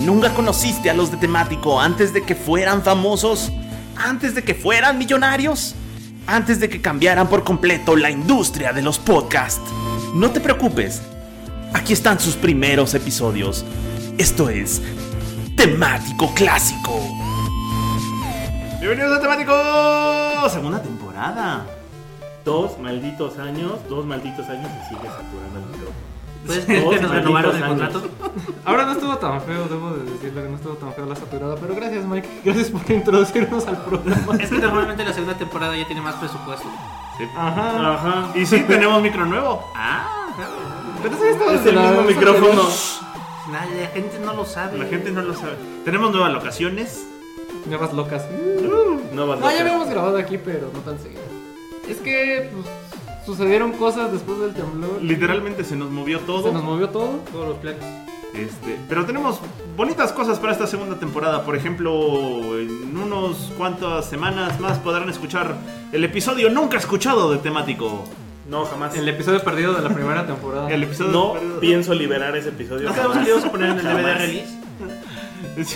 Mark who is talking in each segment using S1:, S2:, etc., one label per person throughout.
S1: ¿Nunca conociste a los de temático antes de que fueran famosos? ¿Antes de que fueran millonarios? ¿Antes de que cambiaran por completo la industria de los podcasts? No te preocupes, aquí están sus primeros episodios. Esto es temático clásico. Bienvenidos a temático. Segunda temporada.
S2: Dos malditos años, dos malditos años y sigue saturando el micrófono.
S3: ¿Puedes creer que nos
S2: malditos
S3: renovaron el
S2: años.
S3: contrato?
S4: Ahora no estuvo tan feo, debo de decirlo que no estuvo tan feo la saturada, pero gracias Mike, gracias por introducirnos al programa.
S3: Es que normalmente la segunda temporada ya tiene más presupuesto.
S1: Ah,
S4: Ajá,
S2: Ajá.
S1: Y sí, tenemos micro nuevo. Ah,
S4: pero eso ya estaba
S2: Es el
S4: desde la-
S2: mismo micrófono.
S3: Nah, la gente no lo sabe.
S1: La gente no lo sabe. Tenemos nuevas locaciones.
S4: Nuevas locas.
S2: No vas
S4: No,
S2: a
S4: ya
S2: hacer.
S4: habíamos grabado aquí, pero no tan seguido. Es que pues, sucedieron cosas después del temblor.
S1: Literalmente se nos movió
S4: Se nos
S1: todo.
S4: movió todo.
S3: Todos los planes.
S1: Este, pero tenemos bonitas cosas para esta segunda temporada. Por ejemplo, en unos cuantas semanas más podrán escuchar el episodio nunca escuchado de temático.
S2: No, jamás.
S4: El episodio perdido de la primera temporada.
S1: El episodio
S2: No
S1: perdido.
S2: pienso liberar ese episodio.
S3: ¿No quedamos que
S2: jamás.
S3: íbamos a poner en el DVD
S1: Jamás.
S3: release?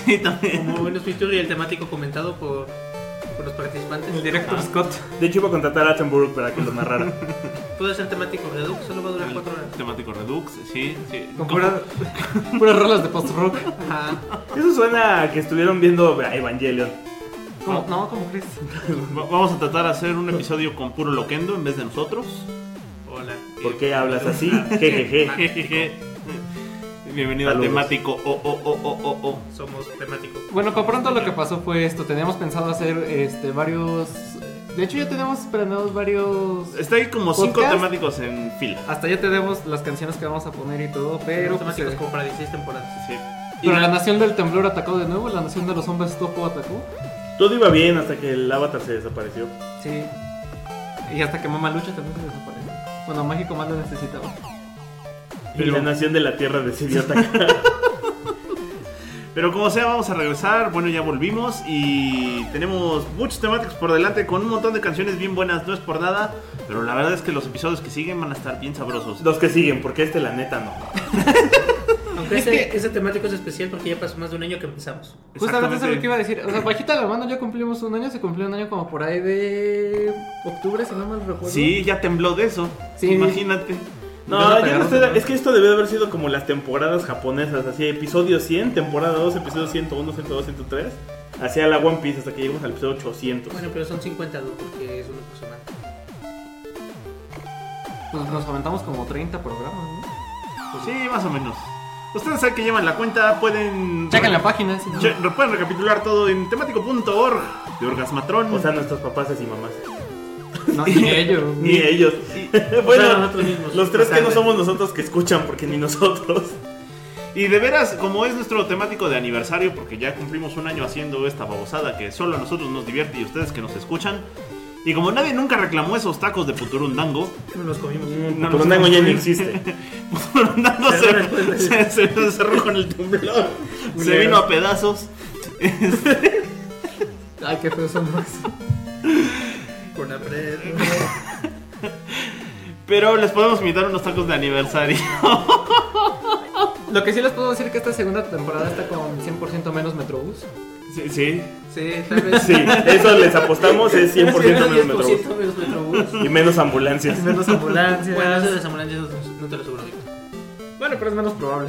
S1: Sí, también.
S3: Como en los feature y el temático comentado por, por los participantes.
S4: El director Scott.
S2: De hecho, iba a contratar a Attenborough para que lo narrara.
S3: Puede ser temático redux, solo va a durar 4 horas.
S1: Temático Redux, sí, sí.
S4: Con pura- puras rolas de post-rock.
S3: Ah. Ajá.
S2: Eso suena a que estuvieron viendo a Evangelion.
S4: Como- No, como Chris.
S1: Va- Vamos a tratar de hacer un episodio con puro loquendo en vez de nosotros.
S3: Hola.
S2: ¿Por
S3: Eh,
S2: qué hablas así?
S3: Ah.
S2: Jejeje.
S1: Jejeje. Bienvenido
S2: Saludos.
S1: a temático. Oh, oh, oh, oh, oh, oh.
S3: Somos temático.
S4: Bueno, para pronto lo que pasó fue esto. Teníamos pensado hacer este, varios. De hecho, ya tenemos planeados varios.
S1: Está ahí como cinco
S4: Podcast.
S1: temáticos en fila.
S4: Hasta ya tenemos las canciones que vamos a poner y todo, pero.
S3: Somos
S4: pues,
S3: temáticos
S4: eh,
S3: como para 16 temporadas.
S1: Sí.
S4: pero la nación del temblor atacó de nuevo, la nación de los hombres topo atacó.
S1: oh.
S2: Todo iba bien hasta que el avatar se desapareció.
S4: Sí. Y hasta que Mamá Lucha también se desapareció. Bueno, Mágico más lo necesitaba.
S2: Y la nación de la tierra decidió atacar.
S1: Pero como sea, vamos a regresar. Bueno, ya volvimos y tenemos muchos temáticos por delante con un montón de canciones bien buenas. No es por nada, pero la verdad es que los episodios que siguen van a estar bien sabrosos.
S2: Los que siguen, porque este la neta no.
S3: Aunque
S4: Es
S3: este,
S4: que-
S3: este temático es especial porque ya pasó más de un año que empezamos.
S4: Justamente eso es lo
S1: Exactamente.
S4: que iba a decir. O sea, bajita la mano, ya cumplimos un año, se cumplió un año como por ahí de octubre, si no mal recuerdo.
S1: Sí, ya tembló de eso.
S4: Sí.
S1: Imagínate.
S4: Ya
S2: No,
S4: lo
S2: yo no
S4: pegaron,
S2: estoy.
S4: ¿no?
S2: Es que esto debió haber sido como las temporadas japonesas, así episodio 100, temporada 2, episodio 101, 102, 103. Hacia la One Piece hasta que llegamos al episodio 800.
S3: Bueno, pero son 50 duros porque es una persona.
S4: Pues nos aventamos como 30 programas, ¿no? pues,
S1: Sí, más o menos. Ustedes saben que llevan la cuenta, pueden.
S4: Chequen la página, si no.
S1: Che- lo pueden recapitular todo en temático.org de Orgasmatron.
S2: O sea, nuestros papás y mamás.
S4: No, ni ellos.
S2: Ni ellos.
S3: O sea,
S2: bueno,
S3: nosotros mismos.
S2: los tres
S3: O sea,
S2: que no somos nosotros que escuchan, porque ni nosotros.
S1: Y de veras, como es nuestro temático de aniversario, porque ya cumplimos un año haciendo esta babosada que solo a nosotros nos divierte y a ustedes que nos escuchan. Y como nadie nunca reclamó esos tacos de Puturundango,
S3: No nos comimos.
S4: Mm, pues
S1: No,
S2: Pero
S1: no,
S2: Nango
S1: no.
S2: ya ni existe.
S1: Puturundango
S3: Perdón,
S1: se,
S3: después
S1: se, se nos cerró con el temblor. Se vino a pedazos.
S4: Ay, qué feo son más.
S3: Con hambre.
S1: Pero les podemos invitar unos tacos de aniversario.
S4: Lo que sí les puedo decir que esta segunda temporada está con 100% menos Metrobús.
S1: Sí, sí.
S3: Sí, tal vez.
S2: Sí, eso les apostamos, es 100% menos
S3: 10%
S2: metrobús.
S3: menos metrobús.
S2: Y menos ambulancias.
S4: Menos ambulancias.
S3: Bueno, eso de las ambulancias no- no te lo aseguro, Víctor.
S4: Bueno, pero es menos probable.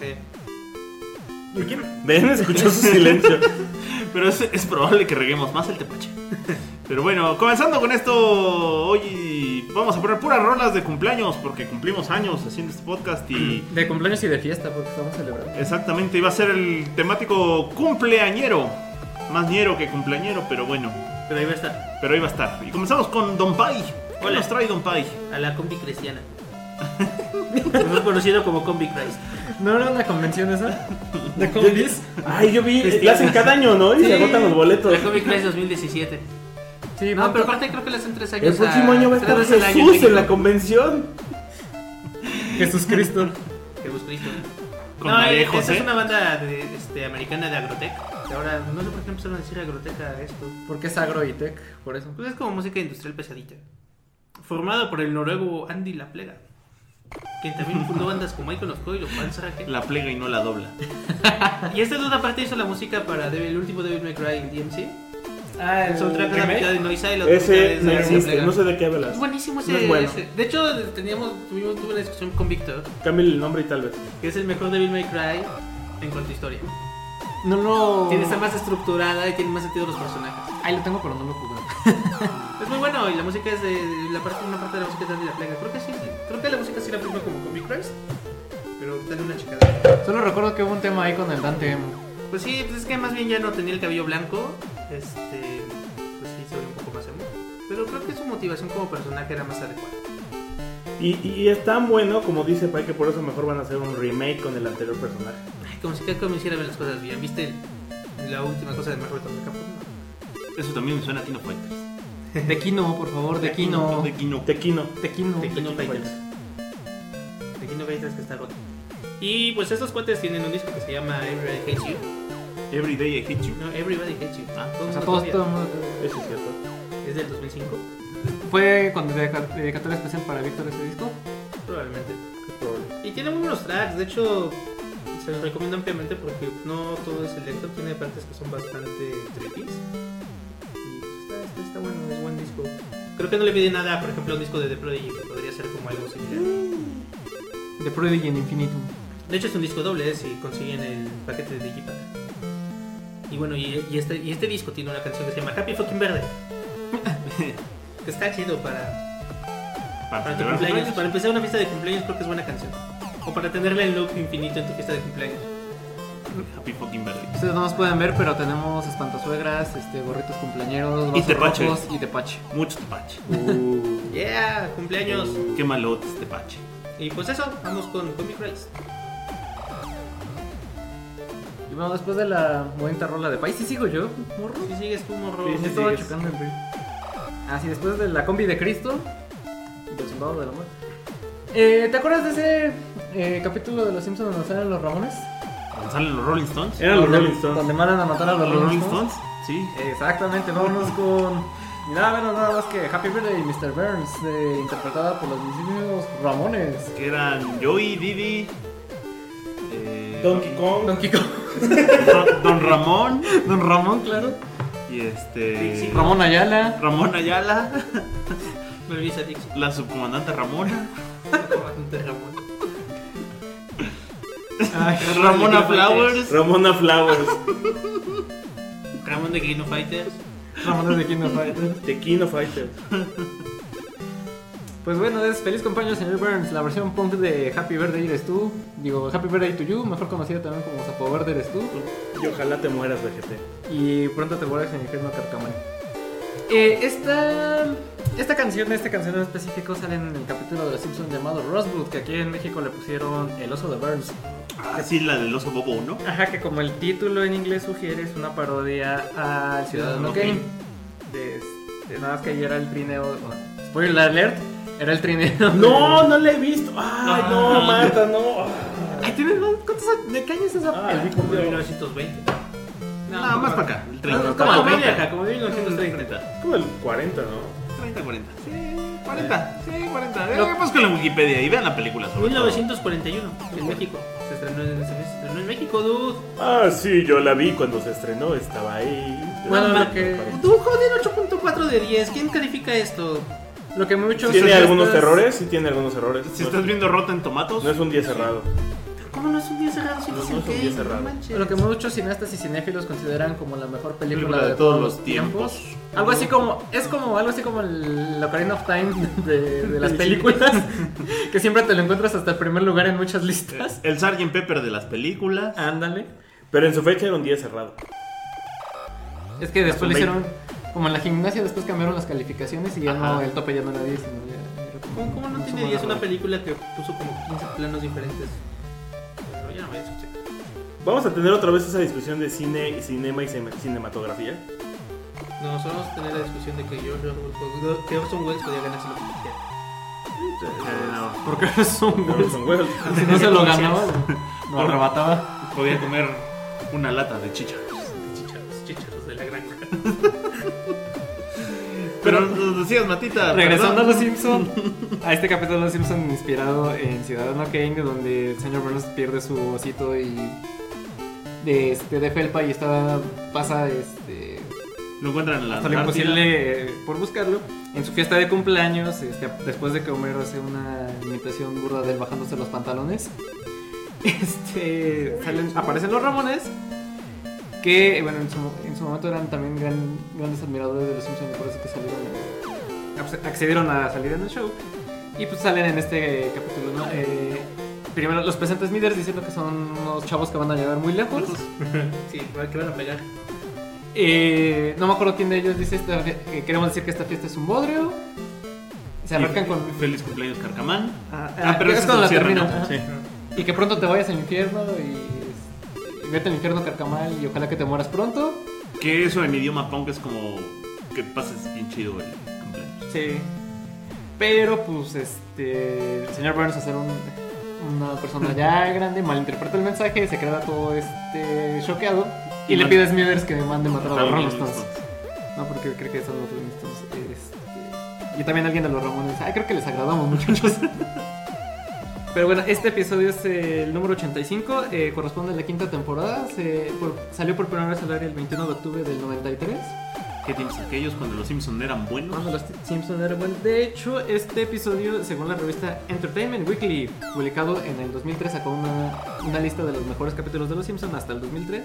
S3: Sí.
S2: Ven, escuchó su silencio.
S1: Pero es, es probable que reguemos más el tepache. Pero bueno, comenzando con esto, hoy vamos a poner puras rolas de cumpleaños porque cumplimos años haciendo este podcast y
S4: De cumpleaños y de fiesta, porque estamos celebrando.
S1: exactamente iba a ser el temático cumpleañero. Más ñero que cumpleañero, pero bueno,
S3: Pero ahí va a estar.
S1: pero ahí va a estar. Y comenzamos con Don Pai. ¿Qué
S3: Hola.
S1: nos trae Don Pai?
S3: A la combi cristiana. Mejor conocido como combi Christ.
S4: ¿No era una convención esa? ¿De combis?
S2: Ay, yo vi, la hacen cada año, ¿no? Y se agotan los boletos.
S3: La combi Christ 2017.
S4: Sí,
S3: No, pero aparte creo que le hacen tres años.
S2: El próximo año va a
S3: tres
S2: estar
S3: veces al año
S2: Jesús en la
S3: México.
S2: convención.
S4: Jesús Cristo.
S3: Jesucristo.
S1: Con
S3: no,
S1: María
S3: eh, esa
S1: José.
S3: es una banda de, este, americana de Agrotech. que Ahora, no sé por qué empezaron a decir Agrotech a esto.
S4: Porque es agro y tech, por eso.
S3: Pues es como música industrial pesadita. Formado por el noruego Andy La Plega. quien también fundó bandas como y conozco y los fans Racket.
S2: La plega y no la dobla.
S3: Y esta duda aparte hizo la música para Devil- el último Devil May Cry en DMC.
S4: Ah,
S3: El soundtrack era la mitad de Noisa y la otra mitad
S2: Ese
S3: es
S2: no
S3: de-
S2: existe, no sé de qué
S3: Es
S2: hablas.
S3: buenísimo ese,
S2: No es bueno.
S3: ese. De hecho, teníamos, tuvimos, tuve una discusión con Víctor,
S2: Cámbiale el nombre y tal vez.
S3: que es el mejor Devil May Cry en cuanto a historia.
S4: No lo.
S3: Tiene esta más estructurada y tiene más sentido los personajes.
S4: Ahí lo tengo, pero no lo jugué.
S3: Es muy bueno y la música es de, de la parte, una parte de la música es de la plaga. Creo que sí, creo que la música sí la firma como con Big Price, pero dale una checada.
S4: Solo recuerdo que hubo un tema ahí con el Dante Emo.
S3: Pues sí, pues es que más bien ya no tenía el cabello blanco, este, pues sí se ve un poco más emo. Pero creo que su motivación como personaje era más adecuada.
S2: Y, y es tan bueno como dice Pai que por eso mejor van a hacer un remake con el anterior personaje.
S3: Ay, como si Capcom hiciera bien las cosas bien. ¿Viste la última cosa de Marvel contra Capcom?
S5: Eso también me suena a Kino Fighters.
S4: De Kino, por favor, de Kino.
S5: De Kino.
S2: Tequino.
S4: De Kino.
S3: Tequino Fighters. Tequino Fighters que está roto. Y pues estos cuates tienen un disco que se llama Everybody Hates You.
S5: Every Day I Hit You.
S3: No, Everybody Hates You. Ah,
S4: O sea, todos, todo el mundo-
S2: Eso es cierto.
S3: Es del 2005,
S4: Fue cuando dedica- dedicatoria especial para Víctor ese disco.
S3: probablemente.
S2: Es probable.
S3: Y tiene muy buenos tracks, de hecho se los recomiendo ampliamente porque no todo es electro, tiene partes que son bastante trippies. Y pues está, está, está bueno, es buen disco. Creo que no le pide nada, por ejemplo, a un disco de The Prodigy, que podría ser como algo similar.
S4: De Prodigy en Infinitum.
S3: De hecho es un disco doble, eh, si consiguen el paquete de Digipack. Y bueno, y, y este, y este disco tiene una canción que se llama Happy Fucking Verde. que está chido para, para tu
S5: celebrar
S3: cumpleaños. Para empezar una fiesta de cumpleaños creo que es buena canción. O para tenerla en loop infinito en tu fiesta de cumpleaños.
S5: Happy fucking birthday.
S4: Ustedes no nos pueden ver, pero tenemos espantasuegras, este, gorritos cumpleañeros, vasos
S5: tepache.
S4: rojos y tepache.
S5: Mucho tepache.
S2: Uh.
S3: Yeah, cumpleaños.
S5: Qué malotes
S1: este
S5: tepache.
S3: Y pues eso, vamos con Comic Race.
S4: Y bueno, después de la bonita rola de País, sí sigo yo, morro.
S3: Si sigues tú, morro.
S2: Sí,
S4: Yo
S2: sí,
S4: estaba
S2: sigues.
S4: checando el reel. Ah, sí, después de la combi de Cristo, del soldado del amor. Eh, ¿Te acuerdas de ese eh, capítulo de Los Simpsons donde salen los Ramones?
S5: ¿Cuando salen los Rolling Stones? Ah,
S2: Eran los
S4: Donde-
S2: Rolling Stones.
S4: Donde mandan a matar a los
S5: ¿Los
S4: Rolling
S5: Rolling
S4: Stones.
S5: Stones? Sí.
S4: Exactamente, vámonos con y nada menos nada más que Happy Birthday Mr. Burns, eh, interpretada por los mismísimos Ramones.
S5: Que eran Joey, Didi. eh,
S2: Donkey Kong.
S4: Don Kiko.
S5: Don, Don Ramón.
S4: Don Ramón, claro.
S5: Y este.
S3: Dixie.
S4: Ramón Ayala.
S5: Ramón Ayala.
S3: Me avisa Dixon.
S5: La subcomandante Ramona.
S3: Bastante Ramón.
S5: Ramona Flowers.
S2: Ramona Flowers.
S3: Ramón de Kino Fighters.
S4: Ramones de Kingdom Fighters.
S2: Tequino Fighters.
S4: Pues bueno, es feliz compañero, señor Burns. La versión punk de Happy Birthday eres tú. Digo, Happy Birthday to you, mejor conocida también como Sapo Verde eres tú.
S2: Y ojalá te mueras, VGT.
S4: Y pronto te vuelves en el infierno carcamán. Eh, esta, esta canción, esta canción en específico sale en el capítulo de los Simpsons llamado Rosebud, que aquí en México le pusieron El oso de Burns.
S5: Ah, sí, la del oso bobo, ¿no?
S4: Ajá, que como el título en inglés sugiere es una parodia al Ciudadano
S5: Ciudadano
S4: Kane. De, este, nada más que ayer era el trineo. bueno, Spoiler alert, era el trineo.
S2: No, no la he visto. Ay,
S3: Ah.
S2: no, Marta, no.
S4: Ay, ¿tienes más? ¿Cuántos años? ¿De qué año es esa?
S2: Ah,
S4: película?
S2: Dios.
S3: 1920.
S5: Nada más para acá. El 30.
S4: No, no,
S5: para
S4: como
S5: acá.
S4: el 30.
S5: acá, como de 1930.
S2: Como el 40, ¿no?
S5: 30, 40. Sí, 40. Sí, 40.
S4: Lo-
S5: Eh, busquen en Wikipedia y vean la película sobre todo.
S3: 1941, en México. Se estrenó en, se estrenó en México, dude.
S2: Ah, sí, yo la vi cuando se estrenó, estaba ahí.
S4: Bueno,
S2: Ah,
S4: lo que-
S2: no,
S3: Tú, joder, 8.4 de 10. ¿Quién califica esto?
S4: Lo que muchos.
S2: ¿Tiene
S4: cineastas-
S2: algunos errores? Sí, tiene algunos errores.
S5: Si
S2: No
S5: estás
S2: es-
S5: viendo Rotten en Tomatos,
S2: No es un 10 cerrado.
S3: ¿Cómo no es un 10 cerrado? Si
S2: No,
S3: no,
S2: no es un 10 cerrado.
S4: Lo que muchos cineastas y cinéfilos consideran como la mejor película,
S5: Película de todos los tiempos.
S4: Algo así como. Es como algo así como el Ocarina of Time de, de las películas. que siempre te lo encuentras hasta el primer lugar en muchas listas.
S5: el Sgt. Pepper de las películas.
S4: Ándale.
S2: Pero en su fecha era un 10 cerrado.
S4: Es que después le
S5: Asume.
S4: hicieron. Como en la gimnasia, después cambiaron las calificaciones y ya no,
S5: Ajá.
S4: el tope ya no era 10, sino ya era como-
S3: ¿Cómo, cómo no tiene
S4: suma
S3: 10 una
S4: nada.
S3: película que puso como 15 planos diferentes? Pero ya no voy a escuchar.
S2: Vamos a tener otra vez esa discusión de cine, y cinema y cine- cinematografía.
S3: No, solo vamos a tener la discusión de que George Orwell- que Orson Welles podía ganarse lo que quisiera.
S5: Eh,
S4: Porque es un
S2: Orson Welles.
S4: Si Ah, no se lo ganaba, lo arrebataba.
S5: no, podía comer una lata de chicha.
S3: Chicharros, chicharros de la granja.
S2: Pero,
S5: Pero no nos decías, Matita.
S4: Regresando a
S5: perdón.
S4: Los Simpson, a este capítulo de Los Simpson inspirado en Ciudadano Kane, donde el señor Burns pierde su osito y de, este, de felpa y está pasa este,
S5: Lo encuentran en la
S4: hasta lo
S5: Antártida.
S4: imposible eh, por buscarlo. En su fiesta de cumpleaños, este, después de que Homero hace una imitación burda de él bajándose los pantalones, este, salen- aparecen los Ramones, que bueno, en su, en su momento eran también gran- grandes admiradores de los Simpsons, y por eso que salieron, eh, abs- accedieron a salir en el show. Y pues salen en este capítulo, ¿no? Eh, primero los presentes líderes diciendo que son unos chavos que van a llegar muy lejos.
S3: Sí, que van a pegar.
S4: Eh, no me acuerdo quién de ellos dice esta fie- que queremos decir que esta fiesta es un bodrio. Se arrancan
S5: Y-
S4: con.
S5: Feliz cumpleaños, Carcamán.
S4: Ah,
S5: Ah, pero
S4: es
S5: eso
S4: cuando
S5: lo
S4: la
S5: cierran,
S4: termina.
S5: ¿no? Sí.
S4: Y que pronto te vayas al infierno y, este, y vete al infierno carcamal y ojalá que te mueras pronto.
S5: Que eso en idioma punk es como que pases bien chido el cumpleaños.
S4: Sí. Pero pues este. El señor Burns, a ser un- una persona ya grande, malinterpreta el mensaje, se queda todo este choqueado. Y,
S5: Y
S4: le
S5: man-
S4: pide a Smithers que me mande matar a
S5: Hasta
S4: los
S5: los
S4: Rolling
S5: Rolling
S4: Stones. No, porque creo que son los Rolling Stones. Este, y también alguien de los Ramones. Ay, creo que les agradamos, muchachos. Pero bueno, este episodio es eh, el número 85, eh, corresponde a la quinta temporada. Se, por- salió por primera vez al aire el 21 de octubre del 93.
S5: ¿Qué tiempos aquellos cuando los Simpson eran buenos?
S4: Cuando los Simpsons eran buenos. De hecho, este episodio, según la revista Entertainment Weekly, publicado en el 2003, sacó una, una lista de los mejores capítulos de los Simpsons hasta el 2003.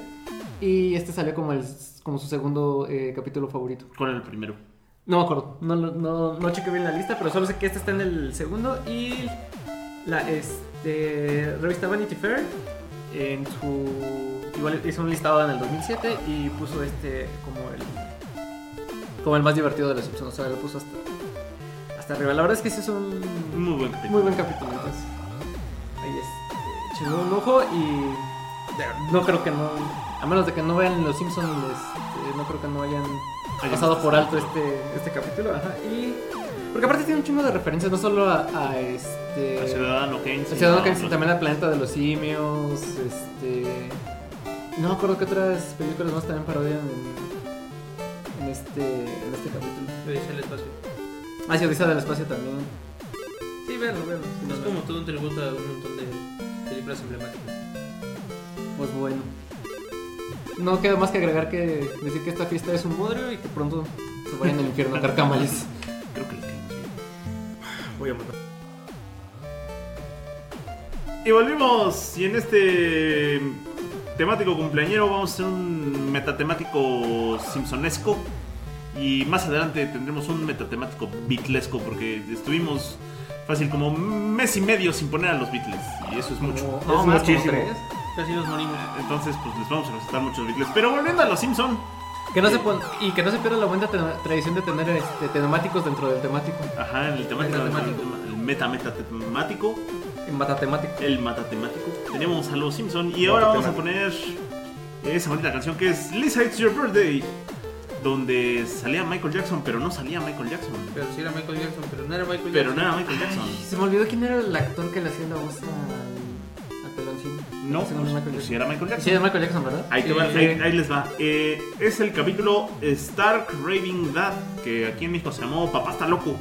S4: Y este salió como, el, como su segundo eh, capítulo favorito.
S5: Con el primero.
S4: No me acuerdo, no, lo- no, no chequé bien la lista, pero solo sé que este está en el segundo y la este, revista Vanity Fair en su... Igual hizo un listado en el 2007 y puso este como el... Como el más divertido de los Simpsons, o sea, lo puso hasta, hasta arriba. La verdad es que sí es un
S5: Muy buen capítulo.
S4: muy buen capítulo, entonces ahí es. Echando un ojo y de- no creo que no... A menos de que no vean Los Simpsons, este, no creo que no hayan
S5: Ahí
S4: pasado
S5: está.
S4: por alto este, este capítulo. Ajá. Y, porque aparte tiene un chingo de referencias, no solo a, a este.
S5: El Ciudadano Kane.
S4: al Ciudadano
S5: sí,
S4: Kane,
S5: no,
S4: sino
S5: no.
S4: también al planeta de los simios. Este. No me acuerdo qué otras películas más también parodian en, en este, en este capítulo.
S3: Lo dice el espacio.
S4: Ah, sí, Odisea del Espacio también. Sí, verlo, verlo. sí,
S3: Es
S4: verlo.
S3: como todo un tributo a un montón de películas emblemáticas.
S4: Pues bueno. No queda más que agregar que decir que esta fiesta es un bodrio y que pronto se vayan al infierno a carcamales.
S5: Creo que les caímos bien.
S2: Voy a matar.
S5: Y volvimos. Y en este temático cumpleañero vamos a hacer un metatemático simpsonesco. Y más adelante tendremos un metatemático beatlesco porque estuvimos fácil como mes y medio sin poner a los Beatles. Y eso es mucho.
S4: No,
S2: Es
S4: más como
S2: muchísimo.
S4: tres.
S3: Casi nos morimos.
S5: Entonces pues les vamos a recetar muchos Beatles. Pero volviendo a los Simpson.
S4: Que no se pon- y que no se pierda la buena tra- tradición de tener este, temáticos dentro del temático,
S5: Ajá, el temático.
S3: Metatemático.
S5: El meta metatemático.
S4: en matatemático.
S5: El matatemático. Tenemos a los Simpson y ahora vamos a poner esa maldita canción que es Lisa It's Your Birthday. Donde salía Michael Jackson, pero no salía Michael Jackson.
S3: Pero sí era Michael Jackson, pero no era Michael
S5: Pero
S3: Jackson.
S5: nada, Michael Jackson.
S4: Se me olvidó quién era el actor que le hacía la voz al, al peloncín.
S5: No,
S4: Sí, no es Michael
S5: pues, sí era Michael
S4: Jackson. Sí, es
S5: Jackson.
S4: Michael Jackson, ¿verdad?
S5: Ahí, te va,
S3: Sí.
S5: ahí, ahí les va. Eh, es el capítulo Stark Raving Dad, que aquí en México se llamó Papá está loco.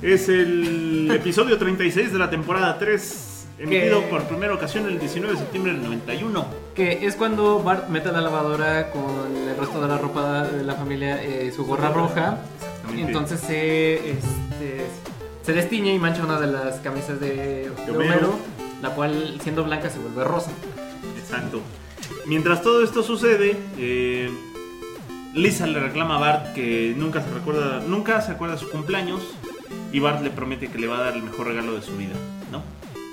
S5: Es el episodio 36 de la temporada 3, emitido
S4: Que-
S5: por primera ocasión el 19 de septiembre del 91.
S4: Que es cuando Bart mete a la lavadora con el resto de la ropa de la familia eh, su gorra roja. Y
S5: Exactamente.
S4: entonces se, este, se destiñe y mancha una de las camisas de, de
S5: Homero.
S4: Homero, la cual siendo blanca se vuelve rosa.
S5: Exacto. Mientras todo esto sucede, eh, Lisa le reclama a Bart que nunca se recuerda, nunca se acuerda de su cumpleaños y Bart le promete que le va a dar el mejor regalo de su vida, ¿no?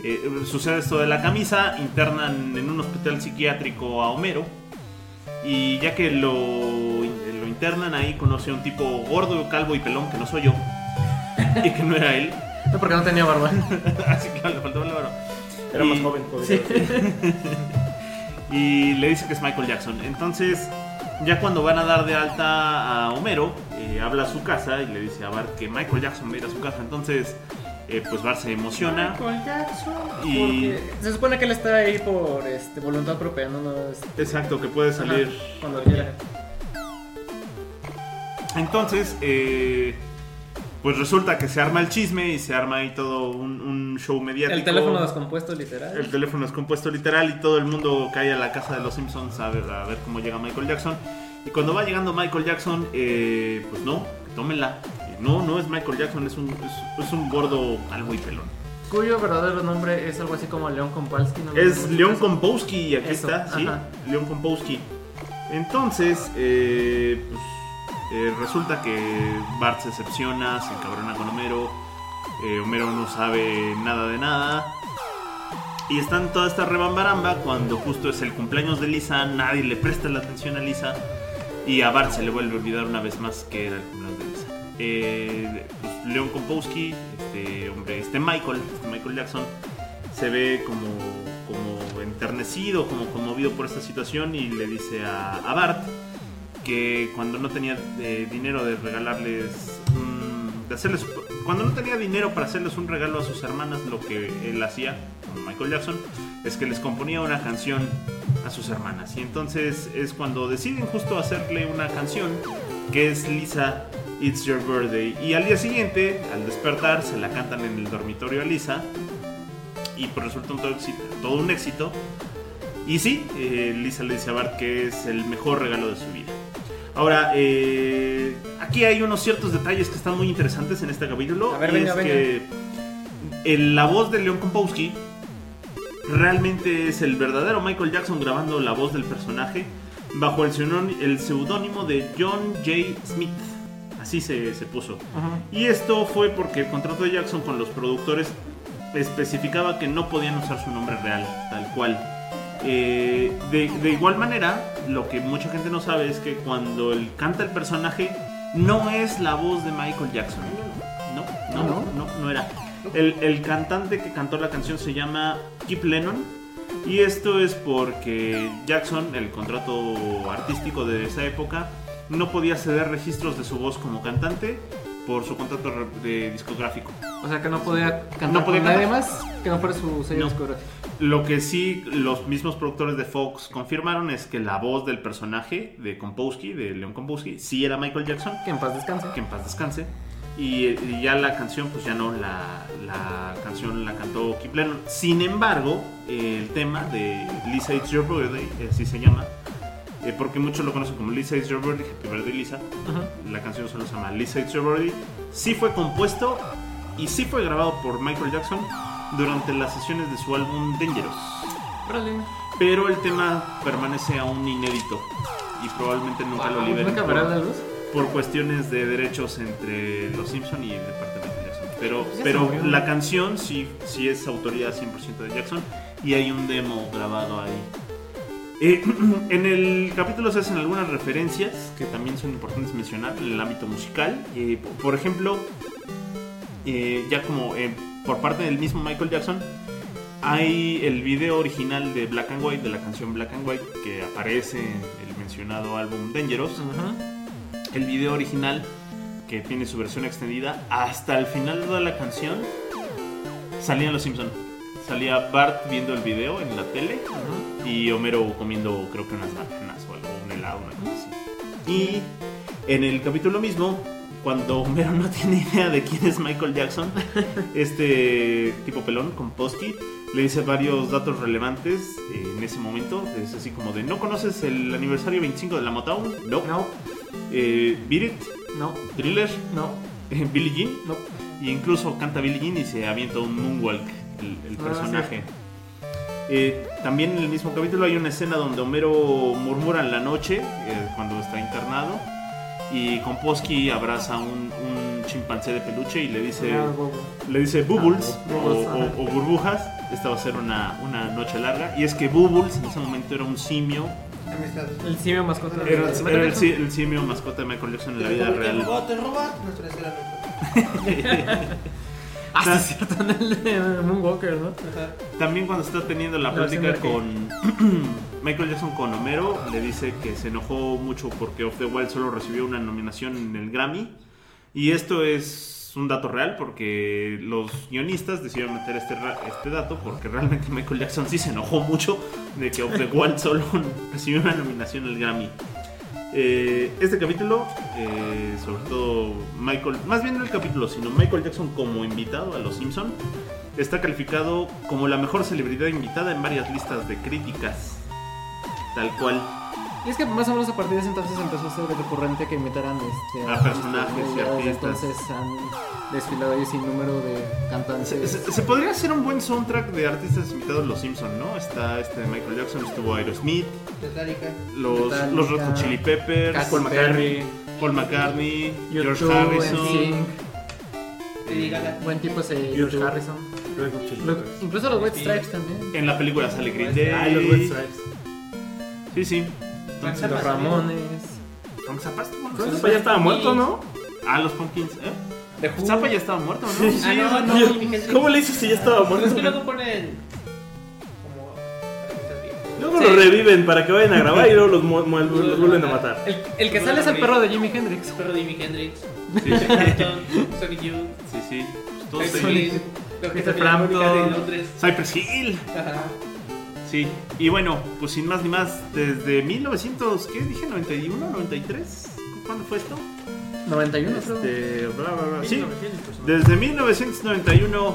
S5: Eh, sucede esto de la camisa, internan en un hospital psiquiátrico a Homero y ya que lo, lo internan ahí conoce a un tipo gordo, calvo y pelón que no soy yo y que no era él,
S4: No porque no tenía barba.
S5: así que le faltaba la barba.
S2: Era
S5: Y-
S2: más joven, joven.
S5: y le dice que es Michael Jackson. Entonces, ya cuando van a dar de alta a Homero, eh, habla a su casa y le dice a Bart que Michael Jackson va a ir a su casa. Entonces, eh, pues Bart se emociona. Y-
S4: Porque se supone que él está ahí por este, voluntad propia, no, no es-
S5: Exacto, que puede salir.
S4: Ajá, cuando quiera.
S5: Entonces, eh, pues resulta que se arma el chisme y se arma ahí todo un, un show mediático.
S4: El teléfono descompuesto, literal.
S5: El teléfono es compuesto literal y todo el mundo cae a la casa de los Simpsons a ver, a ver cómo llega Michael Jackson. Y cuando va llegando Michael Jackson, eh, pues no, tómenla. Eh, No, no es Michael Jackson, es un, es, es un gordo algo y pelón.
S4: Cuyo verdadero nombre es algo así como León Kompalski. ¿no?
S5: Es
S4: ¿No?
S5: Leon Kompowski, y aquí
S4: Eso,
S5: está, sí,
S4: ajá.
S5: Leon Kompowski. Entonces, eh, pues, eh, resulta que Bart se decepciona, se encabrona con Homero, eh, Homero no sabe nada de nada. Y están toda esta rebambaramba cuando justo es el cumpleaños de Lisa, nadie le presta la atención a Lisa y a Bart se le vuelve a olvidar una vez más que era el cumpleaños de Lisa. Eh, pues, Leon Kompowski, este hombre, este Michael, este Michael Jackson, se ve como, como enternecido, como conmovido por esta situación y le dice a, a Bart que cuando no tenía eh, dinero de regalarles, mm, de hacerles, cuando no tenía dinero para hacerles un regalo a sus hermanas, lo que él hacía, como Michael Jackson, es que les componía una canción a sus hermanas. Y entonces es cuando deciden justo hacerle una canción que es Lisa. It's Your Birthday. Y al día siguiente, al despertar, se la cantan en el dormitorio a Lisa y pues resulta un todo, éxito, todo un éxito. Y sí, eh, Lisa le dice a Bart que es el mejor regalo de su vida. Ahora, eh, aquí hay unos ciertos detalles que están muy interesantes en este capítulo.
S4: A ver,
S5: y
S4: venga,
S5: es
S4: venga.
S5: que el- la voz de Leon Kompowski realmente es el verdadero Michael Jackson grabando la voz del personaje bajo el pseudónimo- el seudónimo de John J. Smith. Así se, se puso.
S4: Ajá.
S5: Y esto fue porque el contrato de Jackson con los productores especificaba que no podían usar su nombre real, tal cual. Eh, de, de igual manera, lo que mucha gente no sabe es que cuando él canta el personaje, no es la voz de Michael Jackson. No, no, no, no, no era. El, el cantante que cantó la canción se llama Kip Lennon. Y esto es porque Jackson, el contrato artístico de esa época, no podía ceder registros de su voz como cantante por su contrato re- de discográfico.
S4: O sea que no podía cantar
S5: No podía
S4: con nadie
S5: cantar.
S4: más que no fuera su sello
S5: No.
S4: discográfico.
S5: Lo que sí los mismos productores de Fox confirmaron es que la voz del personaje de Kompowski, de Leon Kompowski, sí era Michael Jackson,
S4: Que en paz descanse.
S5: que en paz descanse. Y, y ya la canción, pues ya no, la, la canción la cantó Kip Lennon. Sin embargo, eh, el tema de Lisa It's Your Birthday, eh, así se llama, eh, porque muchos lo conocen como Lisa It's Your Birthday, Happy Birthday Lisa,
S4: Ajá.
S5: la canción solo se llama Lisa It's Your Birthday, sí fue compuesto y sí fue grabado por Michael Jackson durante las sesiones de su álbum Dangerous
S4: Órale.
S5: pero el tema permanece aún inédito y probablemente nunca lo
S4: Wow,
S5: liberen
S4: Ah, ¿Nunca verá la
S5: por,
S4: luz?
S5: por cuestiones de derechos entre los Simpson y el departamento de Jackson. Pero,
S4: Pues ya se
S5: pero
S4: murió.
S5: la canción sí, sí es autoría 100% de Jackson y hay un demo grabado ahí. Eh, en el capítulo se hacen algunas referencias que también son importantes mencionar en el ámbito musical. Eh, po- por ejemplo, eh, ya como eh, por parte del mismo Michael Jackson, hay el video original de Black and White, de la canción Black and White, que aparece en el mencionado álbum Dangerous.
S4: Ajá.
S5: El video original, que tiene su versión extendida, hasta el final de toda la canción, salían los Simpsons. Salía Bart viendo el video en la tele
S4: Ajá.
S5: y Homero comiendo creo que unas bananas o algo, un helado, una cosa así. Y en el capítulo mismo, cuando Homero no tiene idea de quién es Michael Jackson, este tipo pelón con Posky le dice varios datos relevantes eh, en ese momento. Es así como de, ¿no conoces el aniversario 25 de la Motown? No.
S4: No,
S5: Eh, Beat It,
S4: no,
S5: Thriller,
S4: no,
S5: eh, Billie Jean.
S4: no.
S5: Y incluso canta Billie Jean y se avienta un moonwalk el, el
S4: Ah,
S5: personaje. Eh, también en el mismo capítulo hay una escena donde Homero murmura en la noche, eh, cuando está internado, y Komposky abraza a un, un chimpancé de peluche y le dice,
S4: Ah, huevo.
S5: le dice Bubbles
S4: Ah,
S5: o,
S4: Bubbles, ajá.
S5: o- o burbujas. Esta va a ser una, una noche larga. Y es que Bubbles en ese momento era un simio,
S3: Amistad.
S4: El simio mascota. de-
S5: era,
S4: de-
S5: era el, si- el simio mascota de Michael Jackson en la vida real.
S3: te robas nuestra escena.
S4: Ah, sí, es cierto, en el de Moonwalker, ¿no?
S3: Ajá.
S5: También cuando está teniendo la
S4: La
S5: plática con
S4: versión
S5: Michael Jackson con Homero, le dice que se enojó mucho porque Off the Wall solo recibió una nominación en el Grammy. Y esto es un dato real porque los guionistas decidieron meter este, ra- este dato porque realmente Michael Jackson sí se enojó mucho de que Off the Wall solo recibió una nominación en el Grammy. Eh, este capítulo, eh, sobre todo Michael, más bien no el capítulo, sino Michael Jackson como invitado a Los Simpson, está calificado como la mejor celebridad invitada en varias listas de críticas. Tal cual.
S4: Y es que más o menos a partir de ese entonces empezó a ser recurrente que invitaran este,
S5: A personajes y
S4: muy graves,
S5: artistas.
S4: Entonces han desfilado ahí sin número de cantantes.
S5: Se, se- se podría hacer un buen soundtrack de artistas invitados a Los Simpson, ¿no? Está este Michael Jackson, estuvo Aerosmith,
S3: Metallica.
S5: los,
S4: Metallica,
S5: los Red Hot Chili Peppers,
S4: Katy
S5: Paul McCartney,
S4: Perry,
S5: Paul McCartney, George
S4: YouTube,
S5: Harrison,
S4: NSYNC,
S3: Lady Gaga.
S4: buen tipo ese George
S2: YouTube.
S4: Harrison.
S2: Red Hot Chili
S4: Lo-
S2: Peppers.
S4: incluso los White Stripes también.
S5: en la película sale Green
S2: Ah, los Red
S5: Day.
S2: Stripes.
S5: Sí, sí.
S3: Frank
S4: Los
S3: Zappa
S4: Ramones.
S5: Frank Zappa estuvo en los
S2: Frank
S5: Simpsons.
S2: Zappa ya estaba muerto, ¿no?
S5: Ah, los Pumpkins, ¿eh?
S4: The Who.
S5: Zappa ya estaba muerto, ¿no?
S2: Sí.
S3: Ah, no, no,
S2: Yo-
S3: mi gente.
S2: ¿Cómo le dices si ya estaba
S3: Pero
S2: muerto?
S3: Pues es que luego ponen. Como. artistas viejos.
S2: Luego
S4: Sí.
S2: lo reviven para que vayan a grabar y luego los, mu- mu- los vuelven a matar.
S4: El, el que sale es el perro de Jimmy Hendrix.
S3: Perro de Jimi Hendrix.
S5: Sí,
S3: Eric Clapton, Sonic Youth.
S5: sí, sí. Pues todos
S3: Jack
S5: ellos.
S3: Solid. Los que
S4: Peter
S3: están en la República de
S4: Frampton.
S3: Londres.
S5: Cypress Hill.
S3: Ajá.
S5: Sí. Y bueno, pues sin más ni más, desde 1900, ¿qué dije? ¿91? ¿93? ¿Cuándo fue esto?
S4: 91 creo.
S5: Este, bla, bla, bla. Sí,
S3: 1900 personas.
S5: desde 1991,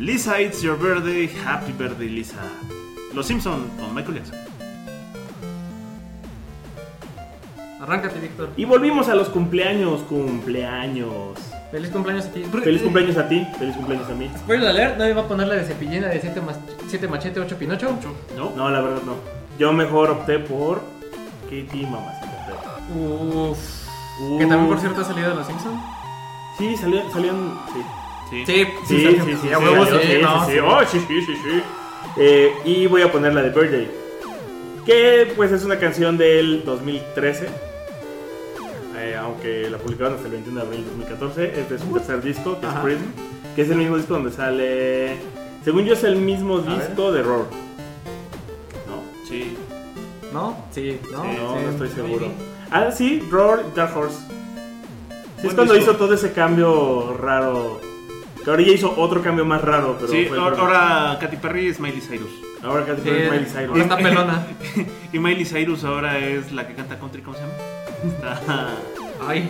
S5: Lisa It's Your Birthday, Happy Birthday Lisa. Los Simpson con Michael Jackson.
S4: Arráncate, Víctor.
S2: Y volvimos a los cumpleaños, cumpleaños.
S4: Feliz cumpleaños a ti. Porque-
S2: Feliz cumpleaños a ti, feliz cumpleaños a mí.
S4: Spoiler alert, nadie va a poner la de cepillina de 7 machete, 8 pinocho.
S5: ¿No?
S2: No, la verdad no. Yo mejor opté por Katie Mamacita.
S4: Uff.
S2: Uh,
S4: Que también, por cierto, ha salido de los Simpsons.
S2: Sí, salían, salían, sí.
S5: Sí.
S2: Sí, sí, sí, sí,
S4: a huevo,
S2: salió,
S4: sí,
S2: sí,
S4: no,
S2: sí,
S4: sí.
S2: sí. Oh, sí, sí, sí, sí. Eh, y voy a poner la de Birthday. Que pues es una canción del 2013. eh, aunque la publicaron hasta el 21 de abril de 2014. Es de su tercer disco, que es
S5: Ajá.
S2: Prism. Que es el mismo disco donde sale. Según yo, es el mismo disco de Roar. No,
S5: Sí.
S4: ¿No? Sí, no.
S2: no,
S5: Sí,
S2: no estoy seguro.
S4: maybe.
S2: Ah, sí, Roar y Dark Horse. Sí, es
S5: Buen
S2: cuando
S5: disco.
S2: hizo todo ese cambio raro. Que ahora ya hizo otro cambio más raro, pero
S5: Sí,
S2: fue el
S5: ahora,
S2: Roar.
S5: ahora Katy Perry es Miley Cyrus.
S2: Ahora casi
S4: Sí,
S2: fue Miley
S4: y
S2: Cyrus.
S4: Está Eh, pelona.
S5: Y Miley Cyrus ahora es la que canta country, ¿cómo se llama? Está.
S4: Ay,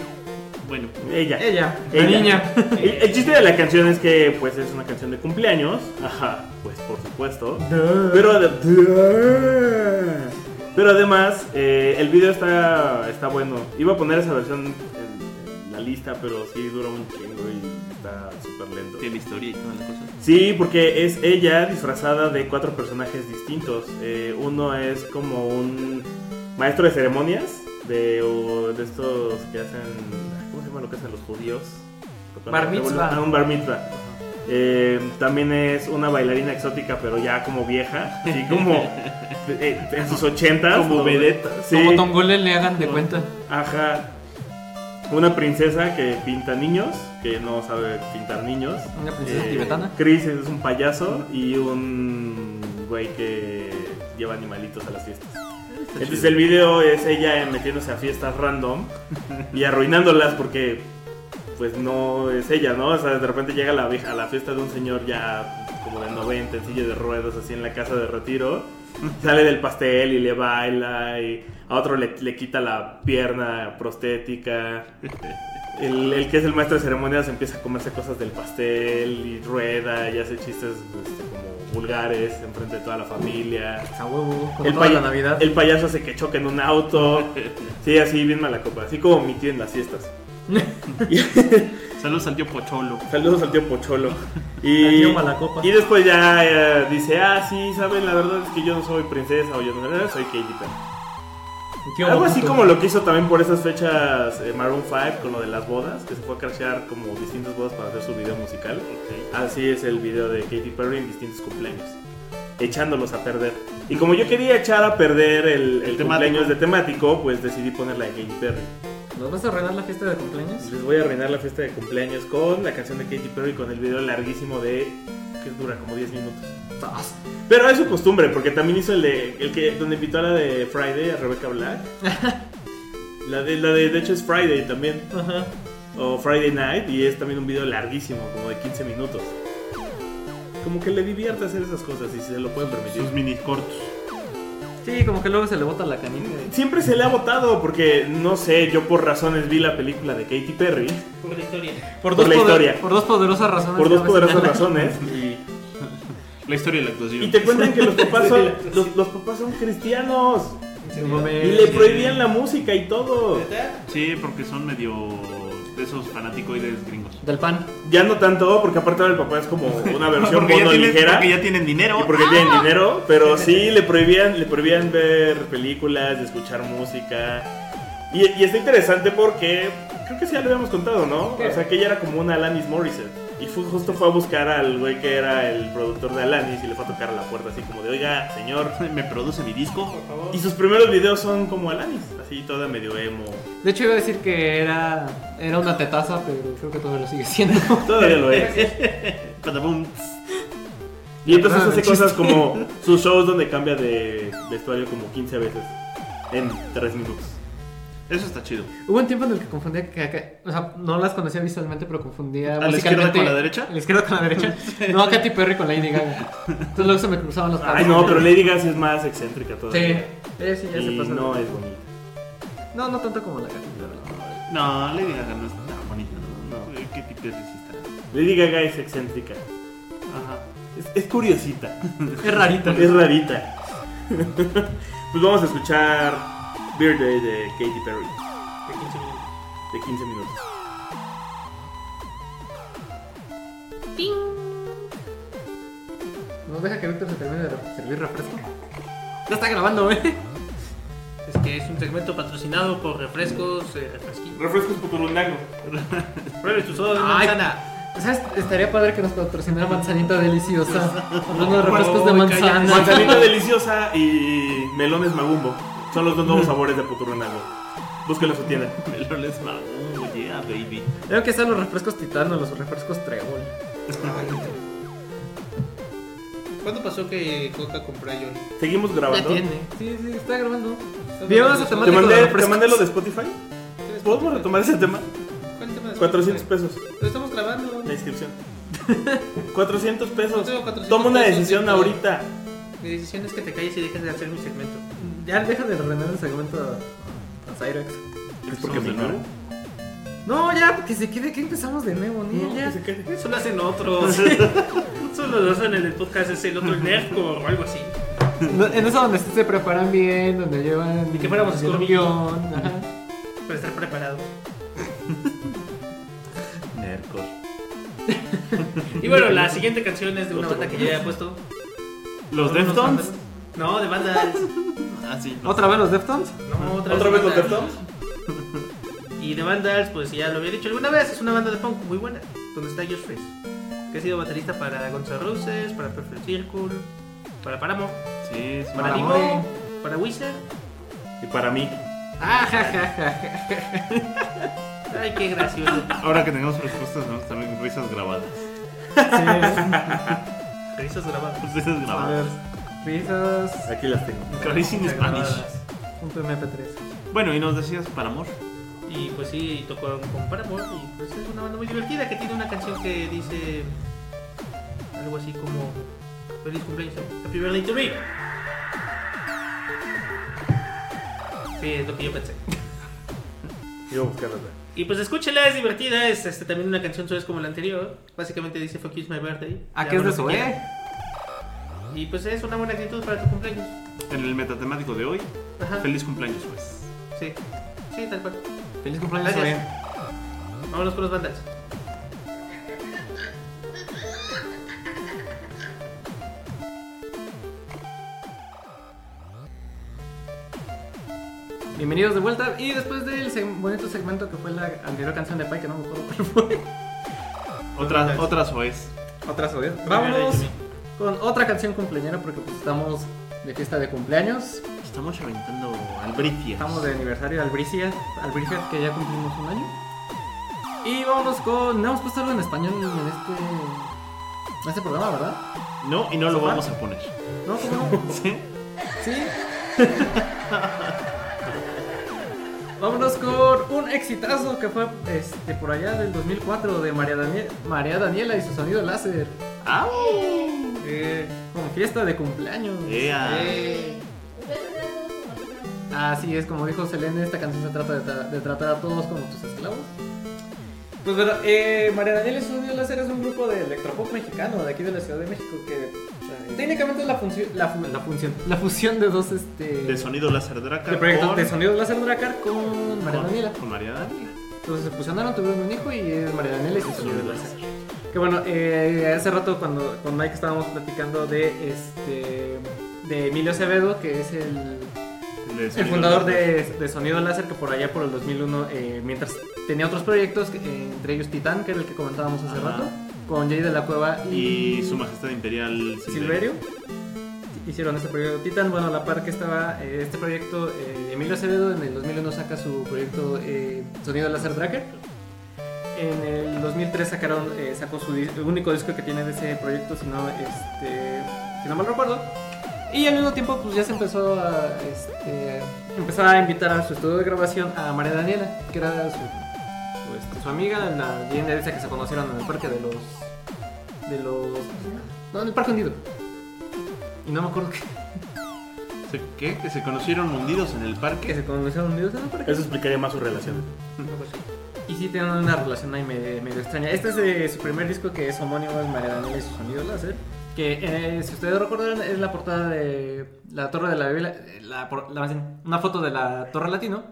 S5: Bueno,
S2: Ella.
S4: ella, la
S2: Ella.
S4: niña.
S2: El, el chiste de la canción es que pues es una canción de cumpleaños. Ajá, pues por supuesto. Pero, ade- pero además, eh, el video está, está bueno. Iba a poner esa versión en, en la lista, pero sí dura un chingo y está súper lento.
S5: tiene historia y todas las cosas.
S2: Sí, porque es ella disfrazada de cuatro personajes distintos. Eh, uno es como un maestro de ceremonias de, o de estos que hacen. ¿Cómo se llama lo que hacen los judíos?
S4: Bar mitzvah.
S2: Ah, un bar mitzvah. Eh, también es una bailarina exótica, pero ya como vieja, así como eh, en sus ochentas.
S5: Como
S2: ¿no?
S5: vedette.
S2: Sí.
S4: Como Tongole le hagan de cuenta.
S2: Ajá. Una princesa que pinta niños, que no sabe pintar niños.
S4: Una princesa
S2: Eh,
S4: tibetana.
S2: Chris es un payaso y un güey que lleva animalitos a las fiestas. Entonces el video es ella metiéndose a fiestas random y arruinándolas porque pues no es ella, ¿no? O sea, de repente llega la vieja a la fiesta de un señor ya como de 90 en silla de ruedas así en la casa de retiro. Sale del pastel y le baila y a otro le, le quita la pierna prostética. El, el que es el maestro de ceremonias empieza a comerse cosas del pastel y rueda y hace chistes este, como vulgares enfrente de toda la familia.
S4: A huevo, como
S2: El,
S4: toda
S2: paya-
S4: la Navidad.
S2: el payaso hace que choque en un auto. Sí, así bien mala copa. Así como mi tío en las fiestas.
S5: Saludos al tío Pocholo.
S2: Saludos al tío Pocholo.
S4: Al
S2: Y,
S4: tío Malacopa.
S2: y después ya eh, dice, ah, sí, saben, la verdad es que yo no soy princesa o yo no soy Katy Perry.
S4: Qué
S2: Algo así
S4: bonito.
S2: como lo que hizo también por esas fechas eh, Maroon 5 con lo de las bodas, que se fue a crashear como distintas bodas para hacer su video musical. Así es el video de Katy Perry en distintos cumpleaños, echándolos a perder. Y como yo quería echar a perder el, el,
S5: El temático.
S2: cumpleaños de temático, pues decidí ponerla de Katy Perry.
S4: ¿Nos vas a arruinar la fiesta de cumpleaños?
S2: Les voy a arruinar la fiesta de cumpleaños con la canción de Katy Perry con el video larguísimo de que dura como 10 minutos. Pero es su costumbre, porque también hizo el de el que donde invitó a la de Friday a Rebecca Black. La de, la de, de hecho es Friday también,
S4: Ajá.
S2: o Friday Night, y es también un video larguísimo, como de 15 minutos. Como que le divierte hacer esas cosas y si se lo pueden permitir.
S5: Sus mini cortos.
S4: Sí, como que luego se le bota la canica. y-
S2: Siempre se le ha votado porque, no sé, yo por razones vi la película de Katy Perry,
S3: Por la historia.
S2: Por la
S4: poder-
S2: historia.
S4: Por dos poderosas razones.
S2: por dos
S4: ya ves,
S2: poderosas
S4: la-
S2: razones, y,
S5: La historia de la actuación.
S2: y te cuentan que los papás son, los, los papás son cristianos
S4: No mames.
S5: Eh,
S2: y le prohibían la música y todo.
S3: ¿Neta?
S5: Sí, porque son medio de esos fanaticoides gringos.
S4: Del pan.
S2: Ya no tanto, porque aparte ahora el papá es como una versión
S5: porque, ya
S2: mono
S5: tienen,
S2: ligera.
S5: porque ya Ah. tienen dinero.
S2: Y porque tienen dinero, pero sí le prohibían, le prohibían ver películas, escuchar música. Y, y está interesante porque creo que sí ya lo habíamos contado, ¿no?
S4: ¿Qué?
S2: O sea, que ella era como una Alanis Morissette. Y fue, justo fue a buscar al güey que era el productor de Alanis y le fue a tocar a la puerta así como de, oiga, señor.
S5: Ah, Me produce mi disco.
S3: Por favor.
S2: Y sus primeros videos son como Alanis, así toda medio emo.
S4: De hecho, iba a decir que era, era una tetaza, pero creo que todavía lo sigue siendo.
S2: Todavía lo es.
S5: Patabum.
S2: Y entonces
S4: Ah,
S2: hace
S4: chiste.
S2: cosas como sus shows donde cambia de vestuario como 15 veces en 3 minutos.
S5: Eso está chido.
S4: Hubo un tiempo en el que confundía. Que, que- o sea, no las conocía visualmente, pero confundía.
S5: ¿A la
S4: musicalmente-
S5: izquierda con la derecha?
S4: A la izquierda con la derecha. No, a Katy Perry con Lady Gaga. Entonces luego se me cruzaban los cables.
S2: Ay, no, pero Lady Gaga sí es más excéntrica
S4: Sí.
S2: todavía.
S4: Ella Ah, sí ya se
S2: y
S4: pasó.
S2: no es bonita.
S4: no, no tanto como la Katy Perry.
S5: No, Lady Gaga no es tan bonita. No. Eh, ¿Qué tipo es esta?
S2: Lady Gaga es excéntrica.
S5: Ajá.
S2: Es, es curiosita.
S4: Es rarita.
S2: es rarita. pues vamos a escuchar Birthday de Katy Perry.
S3: De 15 minutos.
S2: De 15 minutos.
S4: No deja que Víctor se termine de re- servir refresco. Ya está grabando, eh.
S3: Es que es un segmento patrocinado por refrescos, eh, refresquitos.
S2: Refrescos Puturundango.
S3: Pruebe tu soda de
S4: Ay.
S3: manzana.
S4: Pues, ¿Sabes? Estaría padre que nos patrocinara manzanita deliciosa. Unos refrescos de
S3: Bueno,
S4: manzana.
S3: cállate.
S2: Manzanita deliciosa y melones magumbo. Son los dos nuevos sabores de Puturundango. Búsquenlo en su tienda.
S5: Melones Mago. Yeah, baby.
S4: Creo que sean los refrescos titano, los refrescos trébol.
S3: ¿Cuándo pasó que Coca compró a Johnny?
S2: Seguimos grabando.
S4: tiene. Sí, sí, está grabando.
S3: Está
S4: Vivamos
S3: grabando.
S4: a
S2: Te
S4: tomar-
S2: mandé, te mandé lo de Spotify.
S3: ¿Tienes
S2: ¿Podemos
S3: Coca?
S2: retomar ese tema?
S3: ¿Cuál tema de
S2: 400
S3: Spotify?
S2: pesos.
S3: Lo estamos grabando.
S2: La inscripción. 400
S3: No
S2: pesos.
S3: tengo 400
S2: Toma una
S3: pesos,
S2: decisión
S3: siento-
S2: ahorita.
S3: Mi decisión es que te calles y dejes de hacer mi segmento.
S2: Mm.
S4: Ya deja de ordenar el segmento a- a Cyrex.
S2: ¿Es porque
S5: Somos
S2: me
S5: de nuevo.
S2: ignoran?
S4: No, ya, que se quede, que empezamos de nuevo, ni
S2: No,
S4: ya.
S2: que se quede.
S3: Solo hacen otros. Solo lo hacen en el podcast, es el otro el nerd o algo así.
S4: No, En eso donde se preparan bien, donde llevan.
S3: Ni que fuéramos
S4: el
S3: Scooby.
S4: guión, ajá.
S3: Para estar preparado.
S5: Nercos.
S3: Y bueno, la siguiente canción es de una banda que ya había puesto.
S5: ¿Los
S3: Unos
S5: Deftones?
S3: bandas- No, de bandas.
S5: Ah, sí. no.
S4: ¿Otra vez los Deftones?
S3: No, otra,
S2: Mm. ¿Otra vez
S3: de
S2: los
S3: bandas.
S2: Deftones?
S3: Y de bandas, pues ya lo había dicho alguna vez, es una banda de punk muy buena, donde está Josh Freeze, que ha sido baterista para Guns N' Roses, para Perfect Circle, para Paramore,
S5: Sí, es
S3: para
S4: Para
S3: Divo,
S4: More.
S3: para Wizard.
S2: Y para mí.
S4: Ah, ja, ja, ja, ja.
S3: Ay, qué gracioso.
S5: Ahora que tengamos respuestas, vamos a tener risas grabadas.
S4: Sí.
S3: Risas grabadas.
S5: Risas
S4: A ver.
S5: grabadas.
S4: Risas.
S2: Aquí las tengo.
S5: Clarice in
S3: Risas
S5: Spanish.
S3: grabadas.
S4: Punto MP3.
S5: Bueno, y nos decías para amor.
S3: Y pues sí, tocó con Paramore y pues es una banda muy divertida que tiene una canción que dice algo así como Feliz cumpleaños, Happy birthday to me. Sí, es lo que yo pensé.
S2: Yo voy a buscarlas.
S3: Y pues escúchela, es divertida, es este, también una canción suave como la anterior. Básicamente dice Fuck you, it's my birthday.
S4: ¿A
S3: Ya
S4: qué es
S3: hago
S4: de
S3: lo
S4: su,
S3: que
S4: eh?
S3: quiera. Y pues es una buena actitud para tu cumpleaños.
S5: En el metatemático de hoy,
S3: Ajá.
S5: feliz cumpleaños, pues.
S3: Sí, sí, tal cual.
S4: Feliz cumpleaños,
S3: Gracias.
S4: Zoe.
S3: Vámonos con los bandas.
S4: Bienvenidos de vuelta. Y después del seg- bonito segmento que fue la anterior canción de Pai, que no me acuerdo cuál fue.
S5: Otras, otras OEs.
S4: Otra suya. Vámonos con otra canción cumpleañera porque pues estamos de fiesta de cumpleaños.
S5: Estamos aventando albricias.
S4: Estamos de aniversario al Bricias, al Bricias que ya cumplimos un año. Y vámonos con. No hemos puesto algo en español en este. En este programa, ¿verdad?
S5: No, y no lo vamos a poner.
S4: No, ¿cómo no?
S5: ¿Sí?
S4: Sí. vámonos con un exitazo que fue este, por allá del 2004 de María, Danie- María Daniela y su sonido láser.
S5: ¡Au!
S4: Eh, con fiesta de cumpleaños.
S5: ¡Ea!
S3: Eh,
S4: Así es, como dijo Selene, esta canción se trata de, tra- de tratar a todos como tus esclavos. Pues bueno, eh, María Daniela Estudio Láser es un grupo de electropop mexicano de aquí de la Ciudad de México que eh, técnicamente es la función, la, fu- la función, la fusión de dos este
S5: De sonido láser draca.
S4: de proyectos
S5: con-
S4: de sonidos láser Dracar con María
S5: con-
S4: Daniela.
S5: Con María Daniela.
S4: Entonces se fusionaron, tuvieron un hijo y es María Daniela y su sonido
S5: Sonido
S4: láser.
S5: láser.
S4: Que bueno, eh, hace rato cuando con Mike estábamos platicando de este de Emilio Acevedo, que es el
S5: De
S4: el
S5: sonido
S4: fundador
S5: láser.
S4: de, de Sonido Láser, que por allá por el 2001, eh, mientras tenía otros proyectos, que- eh, entre ellos Titán, que era el que comentábamos hace
S5: Ajá.
S4: rato, con Jay de la Cueva y,
S5: Y su majestad imperial
S4: Silverio, hicieron este proyecto Titán. Bueno, a la par que estaba eh, este proyecto, eh, Emilio Acevedo en el 2001 saca su proyecto eh, Sonido Láser Tracker. En el 2003 sacaron, eh, sacó su dis- el único disco que tiene de ese proyecto, si no, este, si no mal recuerdo. Y al mismo tiempo, pues ya se empezó a, este, empezó a invitar a su estudio de grabación a María Daniela, que era su, su, este, su amiga, la leyenda esa que se conocieron en el parque de los, de los, no, en el parque hundido. Y no me acuerdo que,
S5: Se- ¿Qué? Que se conocieron hundidos en el
S4: que
S5: parque.
S4: se conocieron hundidos en el parque.
S2: Eso explicaría más su relación.
S4: Y sí tienen una relación ahí medio, medio extraña. Este es de su primer disco que es homónimo, es María Daniela y su sonido láser. Que eh, si ustedes recuerdan es la portada de la Torre de la Biblia, eh, la, por- la- más bien, una foto de la Torre Latino,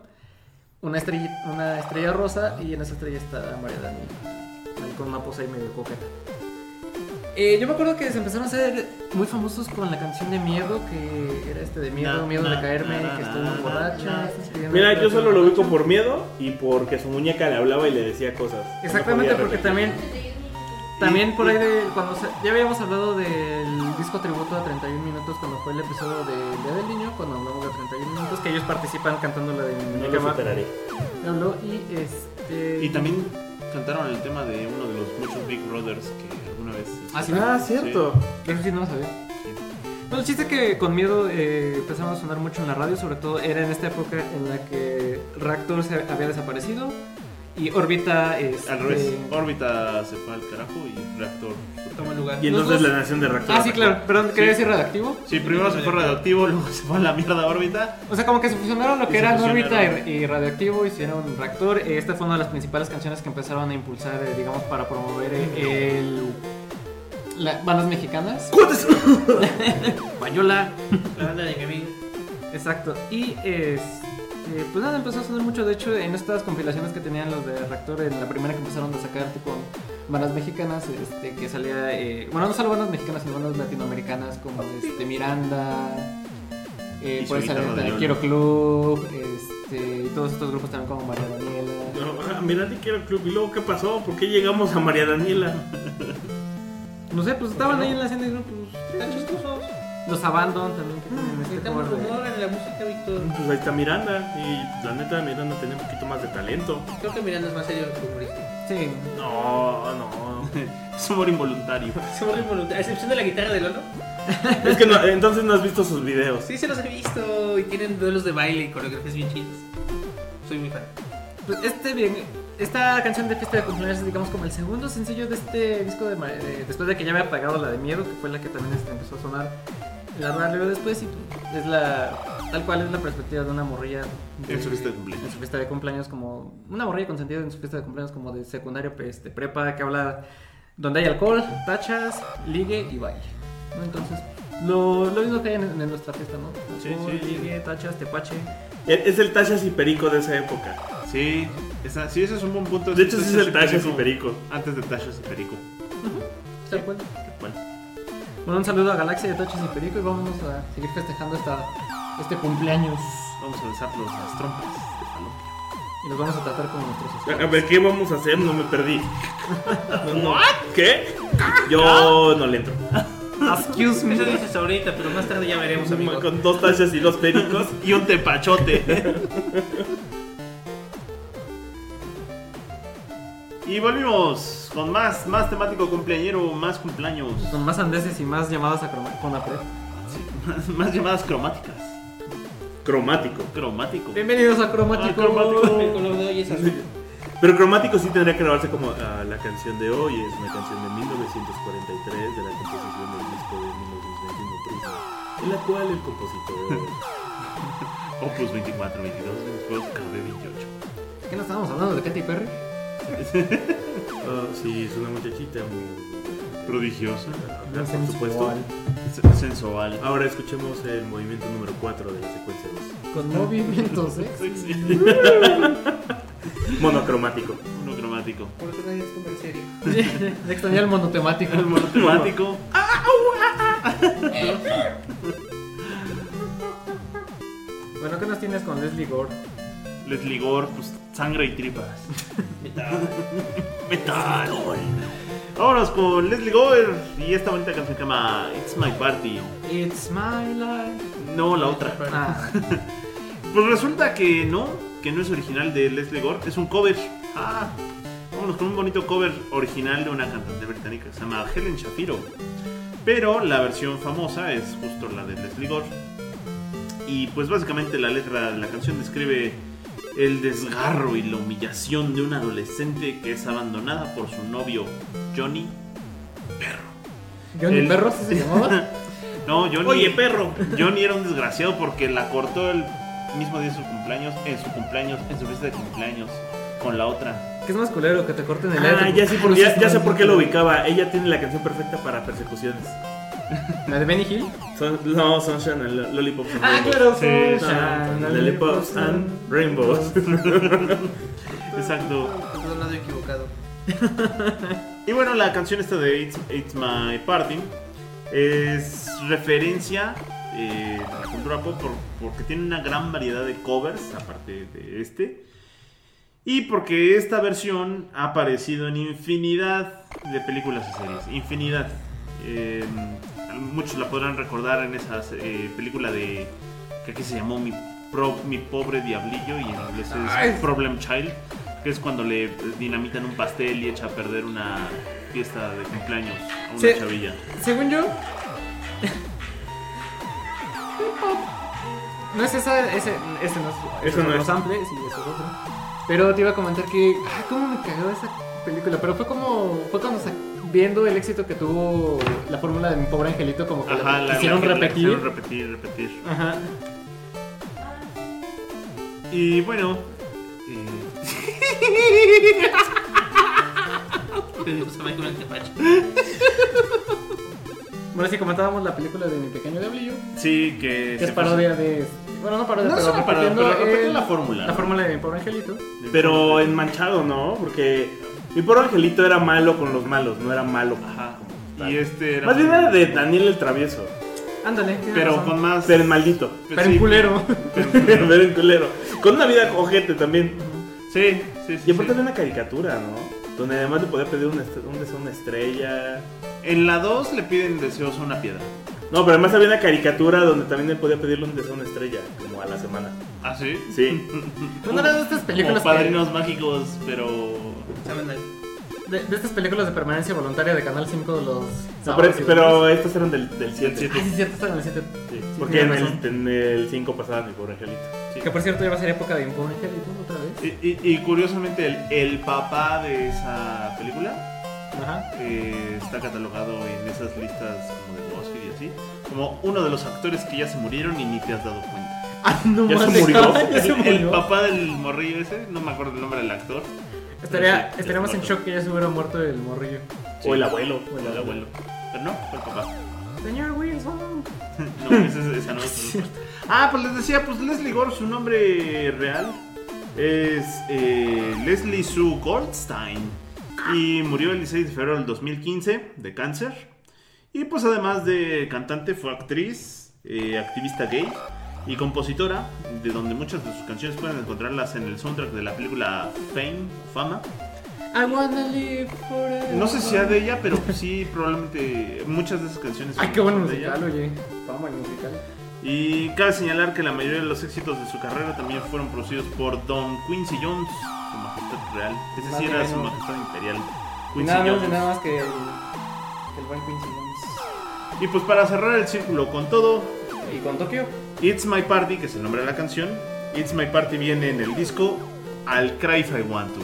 S4: una estrella, una estrella rosa y en esa estrella está María Daniela, ahí con una pose ahí medio coqueta. Eh, yo me acuerdo que se empezaron a hacer muy famosos con la canción de Miedo, que era este de Miedo,
S5: Na,
S4: Miedo
S5: na,
S4: de caerme,
S5: na,
S4: que
S5: na,
S4: estuvo
S5: na, na,
S4: borracha.
S2: Mira, yo solo lo
S4: vi
S2: ubico por miedo y porque su muñeca le hablaba y le decía cosas.
S4: Exactamente,
S2: No podía
S4: porque
S2: repetir.
S4: también También por ahí de cuando se- ya habíamos hablado del disco tributo a 31 minutos cuando fue el episodio del Día del Niño, cuando hablamos de 31 minutos que ellos participan cantando la de
S2: No
S4: mi
S2: lo
S4: cama.
S2: superaré.
S4: Me habló y este
S5: Y también cantaron el tema de uno de los muchos Big Brothers que alguna vez.
S4: Ah, sí.
S3: Ah,
S5: Sí.
S3: cierto.
S4: Eso sí no lo sabía. Bueno, el chiste que con miedo eh, empezaron a sonar mucho en la radio, sobre todo era en esta época en la que Reactor se había desaparecido y Orbita este, es
S5: Al revés, órbita se fue al carajo y reactor.
S3: Toma lugar.
S2: Y entonces
S4: Los dos-
S2: la nación de reactor.
S4: Ah, sí, claro, perdón, quería decir radioactivo.
S5: Sí, primero se fue radioactivo, luego se fue a la mierda órbita.
S4: O sea, como que se fusionaron lo
S5: Y
S4: que
S5: se
S4: era
S5: fusionaron.
S4: órbita y, y radioactivo, hicieron un reactor. Eh, Esta fue una de las principales canciones que empezaron a impulsar, eh, digamos, para promover eh, el- la- bandas mexicanas. Payola.
S3: La banda de mi amigo.
S4: Exacto. Y este, pues nada, empezó a sonar mucho. De hecho, en estas compilaciones que tenían los de Reactor, en la primera que empezaron a sacar con bandas mexicanas, este, que salía, eh, bueno, no solo bandas mexicanas, sino bandas latinoamericanas como este, Miranda, eh,
S5: Y
S4: por
S5: su
S4: esa
S5: guitarra de
S4: de
S5: Lola.
S4: Quiero Club, este, y todos estos grupos también como María Daniela.
S2: No, ah, mira, te quiero el club. ¿Y luego qué pasó? ¿Por qué llegamos a María Daniela?
S4: No sé, pues estaban
S3: no?
S4: ahí en la escena y pues,
S3: Están chistosos.
S4: los Abandon también que tienen este
S3: Necesitamos
S4: cover de-
S3: Mm, rumor en la música, Víctor.
S2: Pues ahí está Miranda. Y la neta, Miranda tenía un poquito más de talento.
S3: Creo que Miranda es más serio que humorista.
S4: Sí.
S2: No, no.
S5: Es humor involuntario.
S3: Se vuelve involuntario. A excepción de la guitarra de Lolo.
S2: Es que no- entonces no has visto sus videos.
S3: Sí, se los he visto. Y tienen duelos de baile y coreografías bien chidas. Soy muy fan.
S4: Pues este bien, esta canción de fiesta de cumpleaños es digamos como el segundo sencillo de este disco de, Ma- de- después de que ya había apagado la de miedo, que fue la que también este, empezó a sonar en la radio después y pues, es la tal cual es la perspectiva de una morrilla de-
S5: En su fiesta de cumpleaños.
S4: en su fiesta de cumpleaños como una morrilla consentida en su fiesta de cumpleaños como de secundario pues, este, prepa que habla donde hay alcohol, tachas, ligue y baile. ¿no? Entonces, lo, lo mismo que hay en, en nuestra fiesta, ¿no?
S5: Sí,
S4: Alcohol,
S5: sí.
S4: ligue, tachas, tepache.
S2: E-, Es el Tachas y Perico de esa época.
S5: Sí, esa, sí, ese es un buen punto.
S2: De hecho, sí es el Tachas
S5: Tashas
S2: y Perico.
S5: Antes de Tashas y Perico.
S4: Tal cual.
S5: Bueno,
S4: Bueno, un saludo a Galaxia de Tachas y Perico y vámonos a seguir festejando esta, este cumpleaños.
S5: vamos a besarnos las trompas. de falopio.
S4: Y nos vamos a tratar como nuestros
S2: A
S4: esclavos.
S2: a ver, ¿qué vamos a hacer? No me perdí. No, ¿Qué? Yo no le entro.
S4: Excuse
S3: Eso dices ahorita, pero más tarde ya veremos, amigo.
S2: Con dos tachas y dos pericos.
S5: Y un tepachote. y volvimos con más, más temático cumpleañero, más cumpleaños,
S4: Con más andeses y más llamadas a croma- con la pre.
S5: más, más llamadas cromáticas.
S2: Cromático.
S5: Cromático.
S4: Bienvenidos a Cromático.
S5: Ah, Cromático.
S3: El color de hoy es azul.
S2: Pero cromático sí tendría que grabarse como ah, la canción de hoy. Es una canción de 1943 de la composición del disco de 1921 Prisma, en la cual el compositor
S5: Opus 24, 22, 22, KB 28.
S4: ¿Qué no estábamos hablando de Katy Perry?
S2: Ah, sí, es una muchachita muy...
S5: Prodigiosa,
S2: Por supuesto.
S5: se- sensual. Ah,
S2: Ahora escuchemos el movimiento número 4 de la secuencia
S4: Con movimientos, ¿eh?
S5: Sexy.
S2: 2. Monocromático.
S5: Monocromático.
S3: Por eso nadie estuvo en serio.
S4: De extrañar el monotemático.
S5: El monocromático.
S4: Bueno, ¿qué nos tienes con Leslie Gore?
S5: Les ligor, pues sangre y tripas. Metal. Vámonos con Leslie Gore y esta bonita canción que se llama It's My Party.
S4: It's my life.
S5: No, la otra.
S4: Ah,
S5: Pues resulta que no, que no es original de Leslie Gore, es un cover. Ah, vámonos con un bonito cover original de una cantante británica que se llama Helen Shapiro. Pero la versión famosa es justo la de Leslie Gore. Y pues básicamente la letra de la canción describe el desgarro y la humillación de una adolescente que es abandonada por su novio Johnny.
S4: Johnny
S5: El-
S4: Perro, ¿sí se llamaba?
S5: No, Johnny.
S2: Oye, perro.
S5: Johnny era un desgraciado porque la cortó el mismo día de su cumpleaños, en su cumpleaños, en su fiesta de cumpleaños, con la otra.
S4: Que es más culero que te corten el
S2: Ah,
S4: aire.
S2: ya, sí, por- ya, ya sé por qué lo
S4: vi.
S2: ubicaba. Ella tiene la canción perfecta para persecuciones.
S4: ¿La de Benny Hill? Ah,
S2: Son- no, Sunshine and Lo- Lollipops. and Rainbows.
S5: Sí,
S2: Sunshine and Lollipops and Rainbows.
S5: Exacto.
S3: Por lado equivocado.
S5: Y bueno, la canción esta de It's, It's My Party es referencia eh, a la cultura pop por- porque tiene una gran variedad de covers, aparte de este. Y porque esta versión ha aparecido en infinidad de películas y series. Infinidad. Eh, muchos la podrán recordar en esa eh, película de. que aquí se llamó Mi, Pro- Mi Pobre Diablillo y en inglés es
S4: Ay.
S5: Problem Child. Que es cuando le dinamitan un pastel y echa a perder una fiesta de cumpleaños a una
S4: Sí.
S5: chavilla.
S4: Según yo. No es esa, ese, ese no es.
S2: Eso
S4: ese
S2: no
S4: otro
S2: es.
S4: sample, sí, eso es otro. Pero te iba a comentar que. Ah, cómo me cagó esa película. Pero fue como. Fue cuando sa- viendo el éxito que tuvo la fórmula de mi pobre angelito, como que
S5: Ajá,
S4: la,
S5: la-
S4: quisieron
S5: la- la
S4: repetir.
S5: quisieron repetir, repetir.
S4: Ajá.
S5: Y bueno. eh,
S3: Te gusta Michael el tepache.
S4: Bueno, sí, comentábamos la película de mi pequeño diablillo.
S5: sí, que.
S4: Que es
S5: se
S4: parodia de. Bueno, no parodia,
S5: No es
S4: pero
S5: una parodia,
S4: repitiendo
S5: pero repite
S4: el-
S5: la fórmula,
S4: La
S5: ¿no?
S4: fórmula de mi pobre angelito.
S5: puso-
S2: Pero en manchado, ¿no? Porque mi pobre angelito era malo con los malos, no era malo.
S5: Ajá.
S2: tal.
S5: Y este era.
S2: Más bien era de Daniel el Travieso,
S4: Ándale, tienes
S5: Pero
S4: razón.
S5: con más.
S2: pero en maldito.
S4: Pero en
S5: sí,
S4: culero.
S2: pero en culero. Con una vida ojete también.
S5: Sí, sí, sí.
S2: Y aparte
S5: sí.
S2: había una caricatura, ¿no? Donde además le podía pedir un, est- un deseo a una estrella.
S5: En la 2 le piden deseos a una piedra.
S2: No, pero además había una caricatura donde también le podía pedirle un deseo a una estrella, como a la semana.
S5: ¿Ah, sí?
S2: Sí.
S4: Pues no era de estas películas
S5: Como
S4: que-
S5: padrinos mágicos, pero.
S3: Saben ahí.
S4: De, de estas películas de permanencia voluntaria de Canal 5 de los.
S2: No,
S4: sábados
S2: pero,
S4: y domingos.
S2: pero estas eran del, del
S5: Ah, Del
S2: 7.
S5: siete.
S4: Ah, sí, cierto, están en el 7.
S2: Sí,
S4: Sí,
S2: porque en
S4: tienes
S2: el, en el 5 pasaba mi pobre angelito.
S4: Que por cierto ya va a ser época de Impone Angelito otra vez.
S5: Y, y- y curiosamente, el, el papá de esa película
S4: Ajá.
S5: eh, está catalogado en esas listas como de BuzzFeed y así, como uno de los actores que ya se murieron y ni te has dado cuenta.
S4: Ah, no
S2: ¿Ya se
S4: mames,
S2: murió?
S4: ya se
S5: El, el
S4: murió.
S5: papá del morrillo ese, no me acuerdo el nombre del actor.
S4: Estaría,
S5: Sí, ya
S4: estaríamos
S5: está
S4: en
S5: muerto.
S4: shock que ya se hubiera muerto el morrillo.
S2: O el abuelo.
S5: O el abuelo. Pero no, fue el papá.
S4: Señor Wilson.
S5: No, esa, esa no es la respuesta. Ah, pues les decía, pues Leslie Gore, su nombre real es eh, Leslie Sue Goldstein. Y murió el 16 de febrero del 2015 de cáncer. Y pues además de cantante fue actriz, eh, activista gay y compositora, de donde muchas de sus canciones pueden encontrarlas en el soundtrack de la película Fame, Fama.
S4: I wanna live forever.
S5: No sé si sea de ella, pero sí, probablemente muchas de esas canciones.
S4: Ay,
S5: son
S4: qué bueno
S5: de ella.
S4: musical, oye. Fama el musical.
S5: Y cabe señalar que la mayoría de los éxitos de su carrera también fueron producidos por Don Quincy Jones, su majestad real. Ese sí
S4: Nada
S5: era su
S4: menos.
S5: majestad imperial.
S4: Y
S5: Quincy
S4: nada menos y
S5: Jones.
S4: nada más que el, que el buen Quincy Jones.
S5: Y pues para cerrar el círculo con todo,
S4: Y con Tokio.
S5: It's My Party, que es el nombre de la canción, It's My Party viene en el disco Al Cry If I Want To,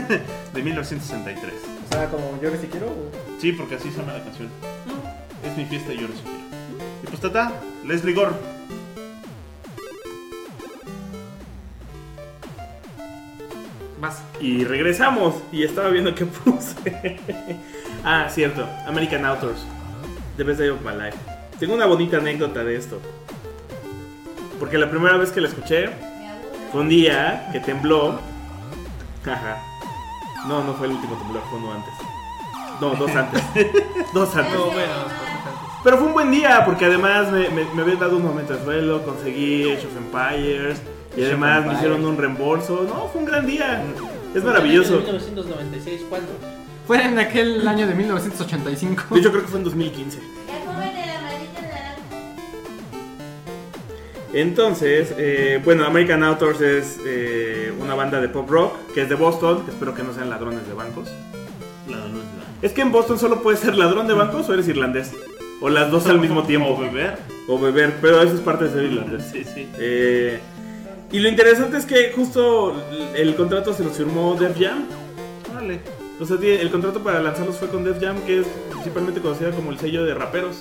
S5: de 1963.
S4: O sea, como yo que si quiero. o-
S5: Sí, porque así se llama la canción.
S4: Mm.
S5: Es mi fiesta y yo no sé qué. Y pues tata, Leslie Gore.
S4: Vas.
S2: Y regresamos. Y estaba viendo qué puse. ah, cierto. American Outdoors. The Best Day of My Life. Tengo una bonita anécdota de esto. Porque la primera vez que la escuché fue un día que tembló. Ajá. No, no fue el último temblor, fue uno antes. No, dos antes. dos antes.
S3: No, bueno, bastante.
S2: Pero fue un buen día porque además me, me, me habían dado un momento de suelo, conseguí Age of Empires
S4: Age
S2: y
S4: of
S2: además me
S4: Empires.
S2: hicieron un reembolso. No, fue un gran día. Es maravilloso.
S3: En 1996, ¿cuándo?
S4: Fue en aquel año de 1985.
S2: De hecho, creo que fue en 2015.
S6: El joven de la maldita naranja.
S2: Entonces, eh, bueno, American Outdoors es eh, una banda de pop rock que es de Boston, que espero que no sean ladrones de bancos.
S5: La de Luz Blanca.
S2: Es que en Boston solo puedes ser ladrón de bancos o eres irlandés. O las dos al mismo
S5: O
S2: tiempo.
S5: beber.
S2: O beber, pero eso es parte de ser irlandés.
S5: Sí, sí.
S2: Eh, y lo interesante es que justo el contrato se lo firmó Def Jam.
S5: Vale.
S2: O sea, tiene- el contrato para lanzarlos fue con Def Jam, que es principalmente conocida como el sello de raperos.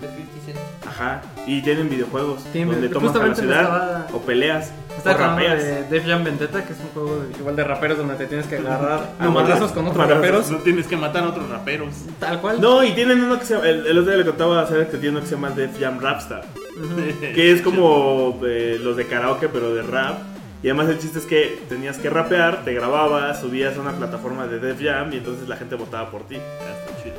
S3: De 50 Cent.
S2: Ajá. Y tienen videojuegos
S4: Tienen-
S2: donde tomas a la
S4: justamente
S2: ciudad
S4: estaba-
S2: o peleas
S4: Estaba
S2: o
S4: hablando
S2: rapeas.
S4: de Def Jam Vendetta, que es un juego de- igual de raperos donde te tienes que agarrar a
S2: No,
S4: madrazos
S2: madrazos,
S4: con otros
S2: madrazos,
S4: raperos.
S5: No tienes que matar a otros raperos.
S4: Tal cual.
S2: No, y tienen uno que se llama, el, el otro día le contaba a César que tiene uno que se llama Def Jam Rapstar, que es como eh, los de karaoke pero de rap. Y además el chiste es que tenías que rapear, te grababas, subías a una plataforma de Def Jam y entonces la gente votaba por ti.
S5: Ah, Está chido.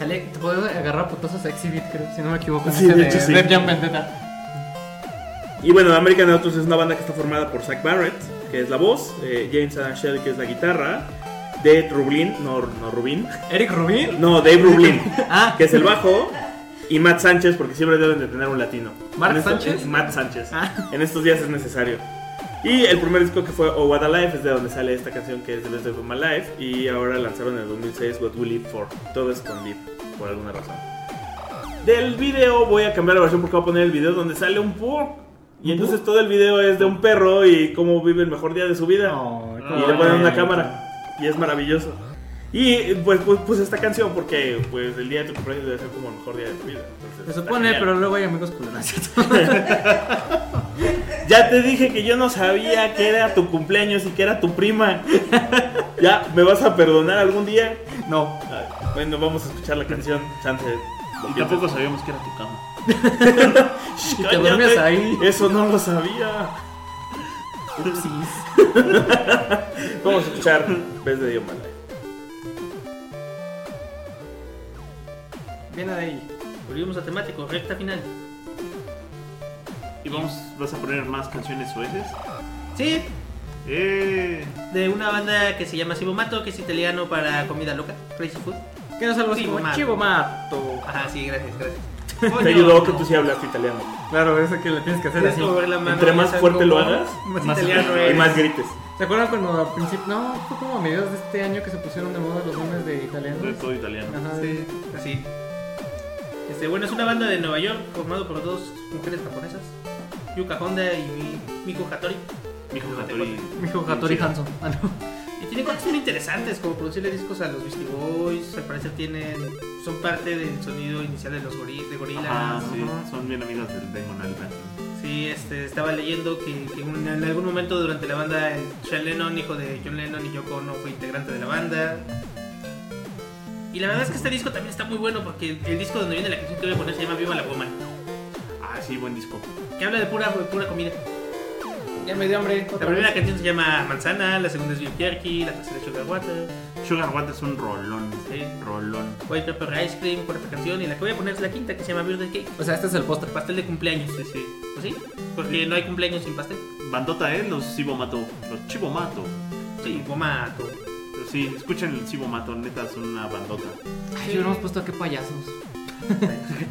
S4: Sale, te puedes agarrar a putazos a Exhibit, creo, si no me equivoco.
S2: Sí,
S4: ese
S2: de hecho, sí.
S4: Def Jam Vendetta.
S2: Y bueno, American Autos es una banda que está formada por Zach Barrett, que es la voz, eh, James Adam Shell, que es la guitarra, Dave Rublin, no, no Rubin,
S4: Eric Rubin.
S2: no, Dave Rublin,
S4: Ah,
S2: que es el bajo, y Matt Sánchez, porque siempre deben de tener un latino.
S4: ¿Mark
S2: En esto-
S4: Sánchez?
S2: Matt Sánchez.
S4: Ah.
S2: En estos días es necesario. Y el primer disco que fue Oh What a Life es de donde sale esta canción que es The Best Day of My Life, y ahora lanzaron en el 2006 What We Live For. Todo es con Live, por alguna razón. Del video voy a cambiar la versión porque voy a poner el video donde sale un pug. Y entonces todo el video es de un perro y cómo vive el mejor día de su vida.
S4: No,
S2: y le ponen una cámara. Y es maravilloso. Y pues, pues, pues, esta canción porque pues el día de tu cumpleaños debe ser como el mejor día de tu vida. Entonces,
S4: Se
S2: está
S4: supone,
S2: genial.
S4: pero luego hay amigos culeros.
S2: Ya te dije que yo no sabía que era tu cumpleaños y que era tu prima. ya, ¿me vas a perdonar algún día?
S4: No.
S2: Ah, Bueno, vamos a escuchar la canción. Chance. lo
S5: Y
S2: piensas.
S5: tampoco sabíamos que era tu cama.
S4: Y te duermes ahí.
S2: Eso no lo sabía.
S4: Upsis.
S2: Vamos a escuchar Best de Dios Malay.
S4: Viene de ahí.
S3: Volvimos a temático, recta final.
S5: Y vamos, vas a poner más canciones sueces.
S3: Sí,
S5: Eh,
S3: de una banda que se llama Sibomato, que es italiano para comida loca, Crazy Food.
S4: Que nos algo así
S3: Sí,
S4: como
S3: mato.
S4: chivo mato.
S3: Ajá, sí, gracias, gracias.
S2: Te ayudó que tú sí hablaste italiano.
S4: Claro, eso que le tienes que hacer
S3: Tienes
S4: así.
S3: que mover la mano,
S2: Entre
S3: ya
S2: más
S3: sabes
S2: fuerte lo
S3: cómo.
S2: hagas,
S4: Más
S5: Más-
S4: italiano
S2: y
S4: es.
S2: más grites.
S4: ¿Se acuerdan cuando al principio.? No, fue como a mediados de este año que se pusieron de moda los nombres de
S5: de
S4: italianos.
S5: todo italiano.
S4: Ajá.
S3: Sí, así. Este, bueno, es una banda de Nueva York formado por dos mujeres japonesas, Yuka Honda y Mi- Miko Hattori. Este,
S5: Mijo Hattori.
S4: Mijo Hattori Hanson. Ah, no.
S3: Y tiene cosas bien interesantes, como producirle discos a los Beastie Boys, al parecer tienen, son parte del sonido inicial de los gorilas, de gorilas.
S5: Ah, sí.
S4: Ajá.
S5: Son bien amigos del Damon Albarn.
S3: Sí, este, estaba leyendo que, que un- en algún momento durante la banda el Sean Lennon, hijo de John Lennon y Yoko Ono, fue integrante de la banda. Y la verdad es que este disco también está muy bueno porque el, el disco donde viene la canción que voy a poner se llama Viva la Woman,
S5: Ah, sí, buen disco.
S3: que habla de pura, pura comida.
S4: Ya me dio hambre.
S3: La primera canción se llama Manzana, la segunda es Beef Jerky, la tercera es Sugar Water,
S5: Sugar Water es un rolón.
S3: Sí.
S5: Rolón.
S3: White Pepper Ice Cream, cuarta canción, y la que voy a poner es la quinta que se llama Birthday Cake,
S4: O sea, este es el postre.
S3: pastel de cumpleaños. Sí, sí. ¿Sí? Porque no hay cumpleaños sin pastel.
S5: Bandota, ¿eh? Los Sibomato. Los Chibomato.
S3: Sí, goma, todo.
S5: Pero sí, escuchen el Sibomato. Neta, es una bandota.
S4: Ay, hubiéramos puesto qué payasos.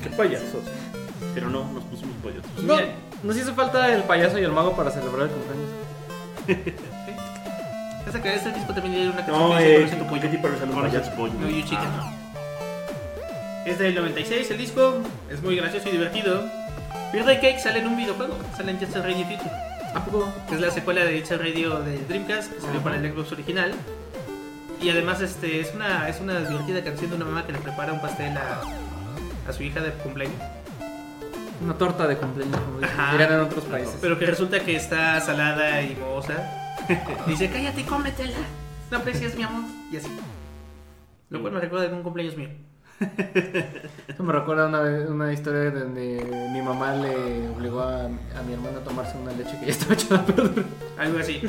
S2: Qué payasos.
S5: Pero no, nos pusimos pollos.
S3: Pues
S4: No,
S3: mira,
S4: nos hizo falta el payaso y el mago para celebrar el cumpleaños.
S3: Esa que este disco también tiene una canción
S2: No,
S3: que dice
S2: eh,
S3: "Conoce tu pollo".
S2: ¿qué tipo de salud
S5: Ahora sí es
S2: payaso?
S5: pollo.
S3: No, You Chicken. Ah. Es del 96 el disco, es muy gracioso y divertido. Birthday Cake sale en un videojuego, sale en Jet Set Radio Future.
S4: ¿A poco?
S3: Es la secuela de Jet Set Radio de Dreamcast que salió para el Xbox original. Y además este, es, una, es una divertida canción de una mamá que le prepara un pastel a, a su hija de cumpleaños.
S4: Una torta de cumpleaños, como dicen,
S3: Ajá.
S4: dirán en otros países.
S3: Pero que resulta que está salada y mohosa. Dice, cállate y cómetela. No aprecias mi amor. Y así. Lo cual me recuerda de un cumpleaños mío.
S4: Esto me recuerda una, vez- una historia donde mi mamá le obligó a, a mi hermano a tomarse una leche que ya estaba echada a perder.
S3: Algo así.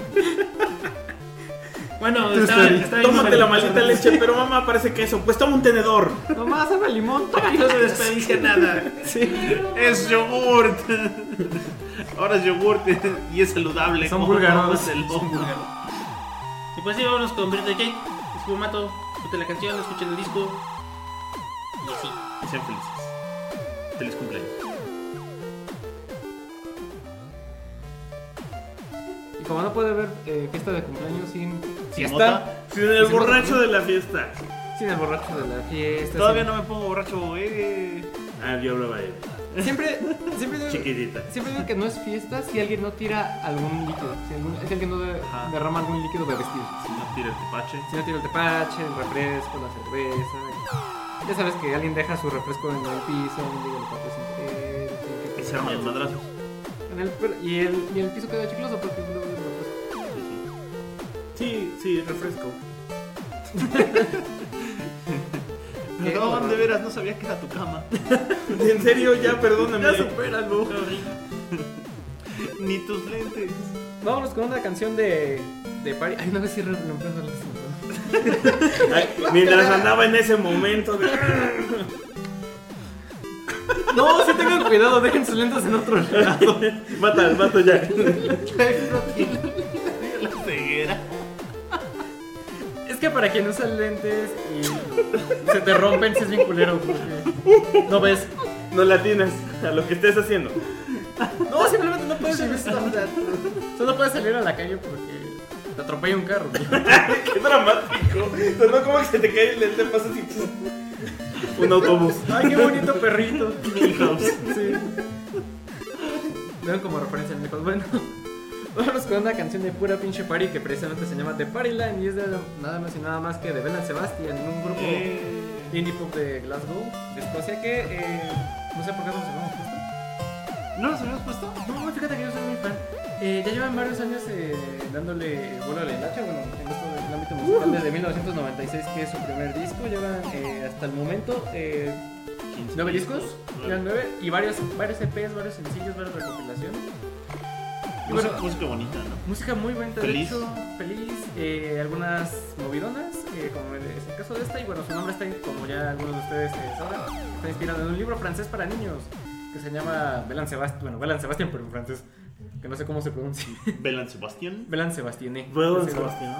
S3: Bueno, estaba, estaba bien
S2: Tómate la
S3: mal-
S2: maldita leche, pero mamá parece queso. Pues toma un tenedor.
S4: Nomás, sabe a limón, toma.
S3: Y no se desperdicia nada.
S5: Es yogurt. Ahora es yogurt y es saludable.
S4: Son
S5: Como
S4: búlgaros.
S5: es el hongo.
S3: Y pues sí, vámonos con Birthday Cake. Es formato. Escuchen la canción, escuchen el disco. Y así.
S5: Y sean felices. Feliz cumpleaños.
S4: Y como no puede haber eh, fiesta de cumpleaños sin,
S5: Sin
S4: fiesta,
S2: Sin el borracho de la fiesta.
S4: sin el borracho de la fiesta.
S5: Todavía
S4: sin-
S5: no me pongo borracho, eh.
S2: Ah, yo hablaba de
S4: Siempre, siempre digo,
S2: chiquitita.
S4: siempre digo que no es fiesta si alguien no tira algún líquido. Si, algún- si alguien no de-
S5: Ajá.
S4: derrama algún líquido de vestir.
S5: Si no tira el tepache.
S4: Si no tira el tepache, el refresco, la cerveza. Ya sabes que alguien deja su refresco en el piso, alguien llega el papel sin querer, tiene que
S5: Y se arma el madrazo.
S4: En el per- y, el, y el piso queda chicloso porque luego el refresco.
S2: Sí, sí, refresco.
S5: Perdón, de veras, no sabía que era tu cama.
S2: En serio, ya, perdóname.
S5: Ya supéralo.
S3: Sorry.
S5: Ni tus lentes.
S4: Vámonos con una canción de, de Party. Ay, una vez sí rompí la
S2: Ay, mientras andaba en ese momento de...
S4: No, sí tengan cuidado, dejen sus lentes en otro lado.
S2: Mata, mata ya.
S5: La ceguera.
S4: Es que para quien usa lentes y se te rompen, si es bien culero. porque No ves.
S2: No latinas a lo que estés haciendo.
S4: No, simplemente no puedes vivir o sea, Solo puedes salir a la calle porque te atropella un carro. güey.
S2: Qué dramático. Sonó como que se te cae el lente, pasa así. Un autobús.
S4: Ay, qué bonito perrito.
S5: Milhouse.
S4: Sí. Vean como referencia a Milhouse. Bueno, vamos con una canción de pura pinche party que precisamente se llama The Party Line y es de nada más y nada más que de Bella Sebastian, un grupo
S5: Eh.
S4: indie pop de Glasgow, de Escocia que eh, no sé por qué no se llama justo.
S5: ¿No los habíamos puesto?
S4: No, fíjate que yo soy muy fan. Eh, ya llevan varios años eh, dándole vuelo a la hilacha, bueno, en esto del ámbito musical desde 1996, que es su primer disco. Llevan eh, hasta el momento eh, nueve discos, llevan nueve, y varios, varios EPs, varios sencillos, varias recopilaciones. Y bueno,
S5: Música, música pues bonita, ¿no?
S4: música muy bonita,
S5: Feliz.
S4: de hecho, feliz, eh, algunas movidonas, eh, como es el caso de esta, y bueno, su nombre está, como ya algunos de ustedes eh, sabrán, está inspirado en un libro francés para niños que se llama Belan Sebastián, bueno, Belan Sebastián, pero en francés, que no sé cómo se pronuncia.
S5: Belan Sebastián.
S4: Belan Sebastiané.
S2: Bueno, Sebastián.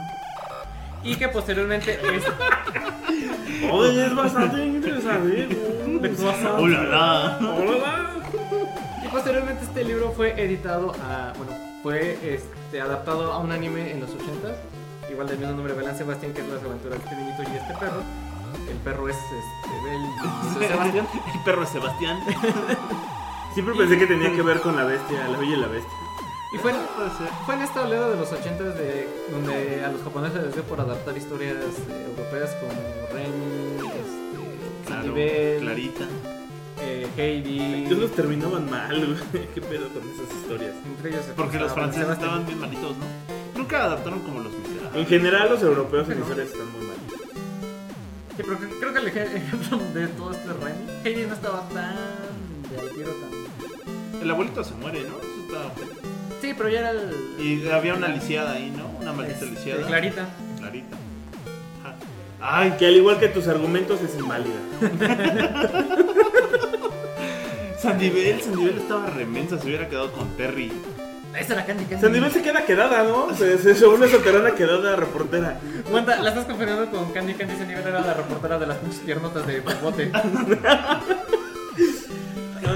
S4: Y que posteriormente este, es.
S2: Oye, es bastante interesante. Pues
S5: Hola, la.
S2: Hola.
S4: Y posteriormente este libro fue editado a. Bueno, fue este, adaptado a un anime en los 80s. Igual del mismo nombre, Belán Sebastián, que es las aventuras de este niñito y este perro. El perro es este, Bel y el niñito es Sebastián.
S5: El perro es Sebastián.
S2: Siempre pensé que tenía que ver con la bestia, la bella y la bestia.
S4: Y fue, fue en esta oleada de los 80s de, donde a los japoneses les dio por adaptar historias eh, europeas como Remy, este,
S5: Claro,
S4: Sanibel,
S5: Clarita.
S4: eh, Heidi.
S2: Ellos los terminaban mal, güey. ¿Qué pedo con esas historias?
S4: Entre ellos se
S5: Porque los
S4: pasaba Belén
S5: franceses
S4: Sebastián.
S5: estaban bien malitos, ¿no? Nunca adaptaron como los miserables.
S2: En general, los europeos en historias están muy mal.
S4: Sí, pero creo- creo que el ej- ejemplo de todo este Remy, Heidi no estaba tan de al tiro tan.
S5: El abuelito se muere, ¿no? Eso está feo.
S4: Sí, pero ya era el.
S5: Y había una lisiada ahí, ¿no? Una maldita
S4: este,
S5: lisiada.
S4: Clarita.
S5: Clarita. Ajá.
S2: Ay, que al igual que tus argumentos es inválida.
S5: Sandivel, Sandivel estaba remensa, se hubiera quedado con Terry.
S4: Esa era Candy Candy.
S2: Sandivel se queda quedada, ¿no? Se, se, se une a Soterana quedada reportera.
S4: Aguanta, la estás confundiendo con Candy Candy. Ese nivel era la reportera de las pinches piernotas de Bobote.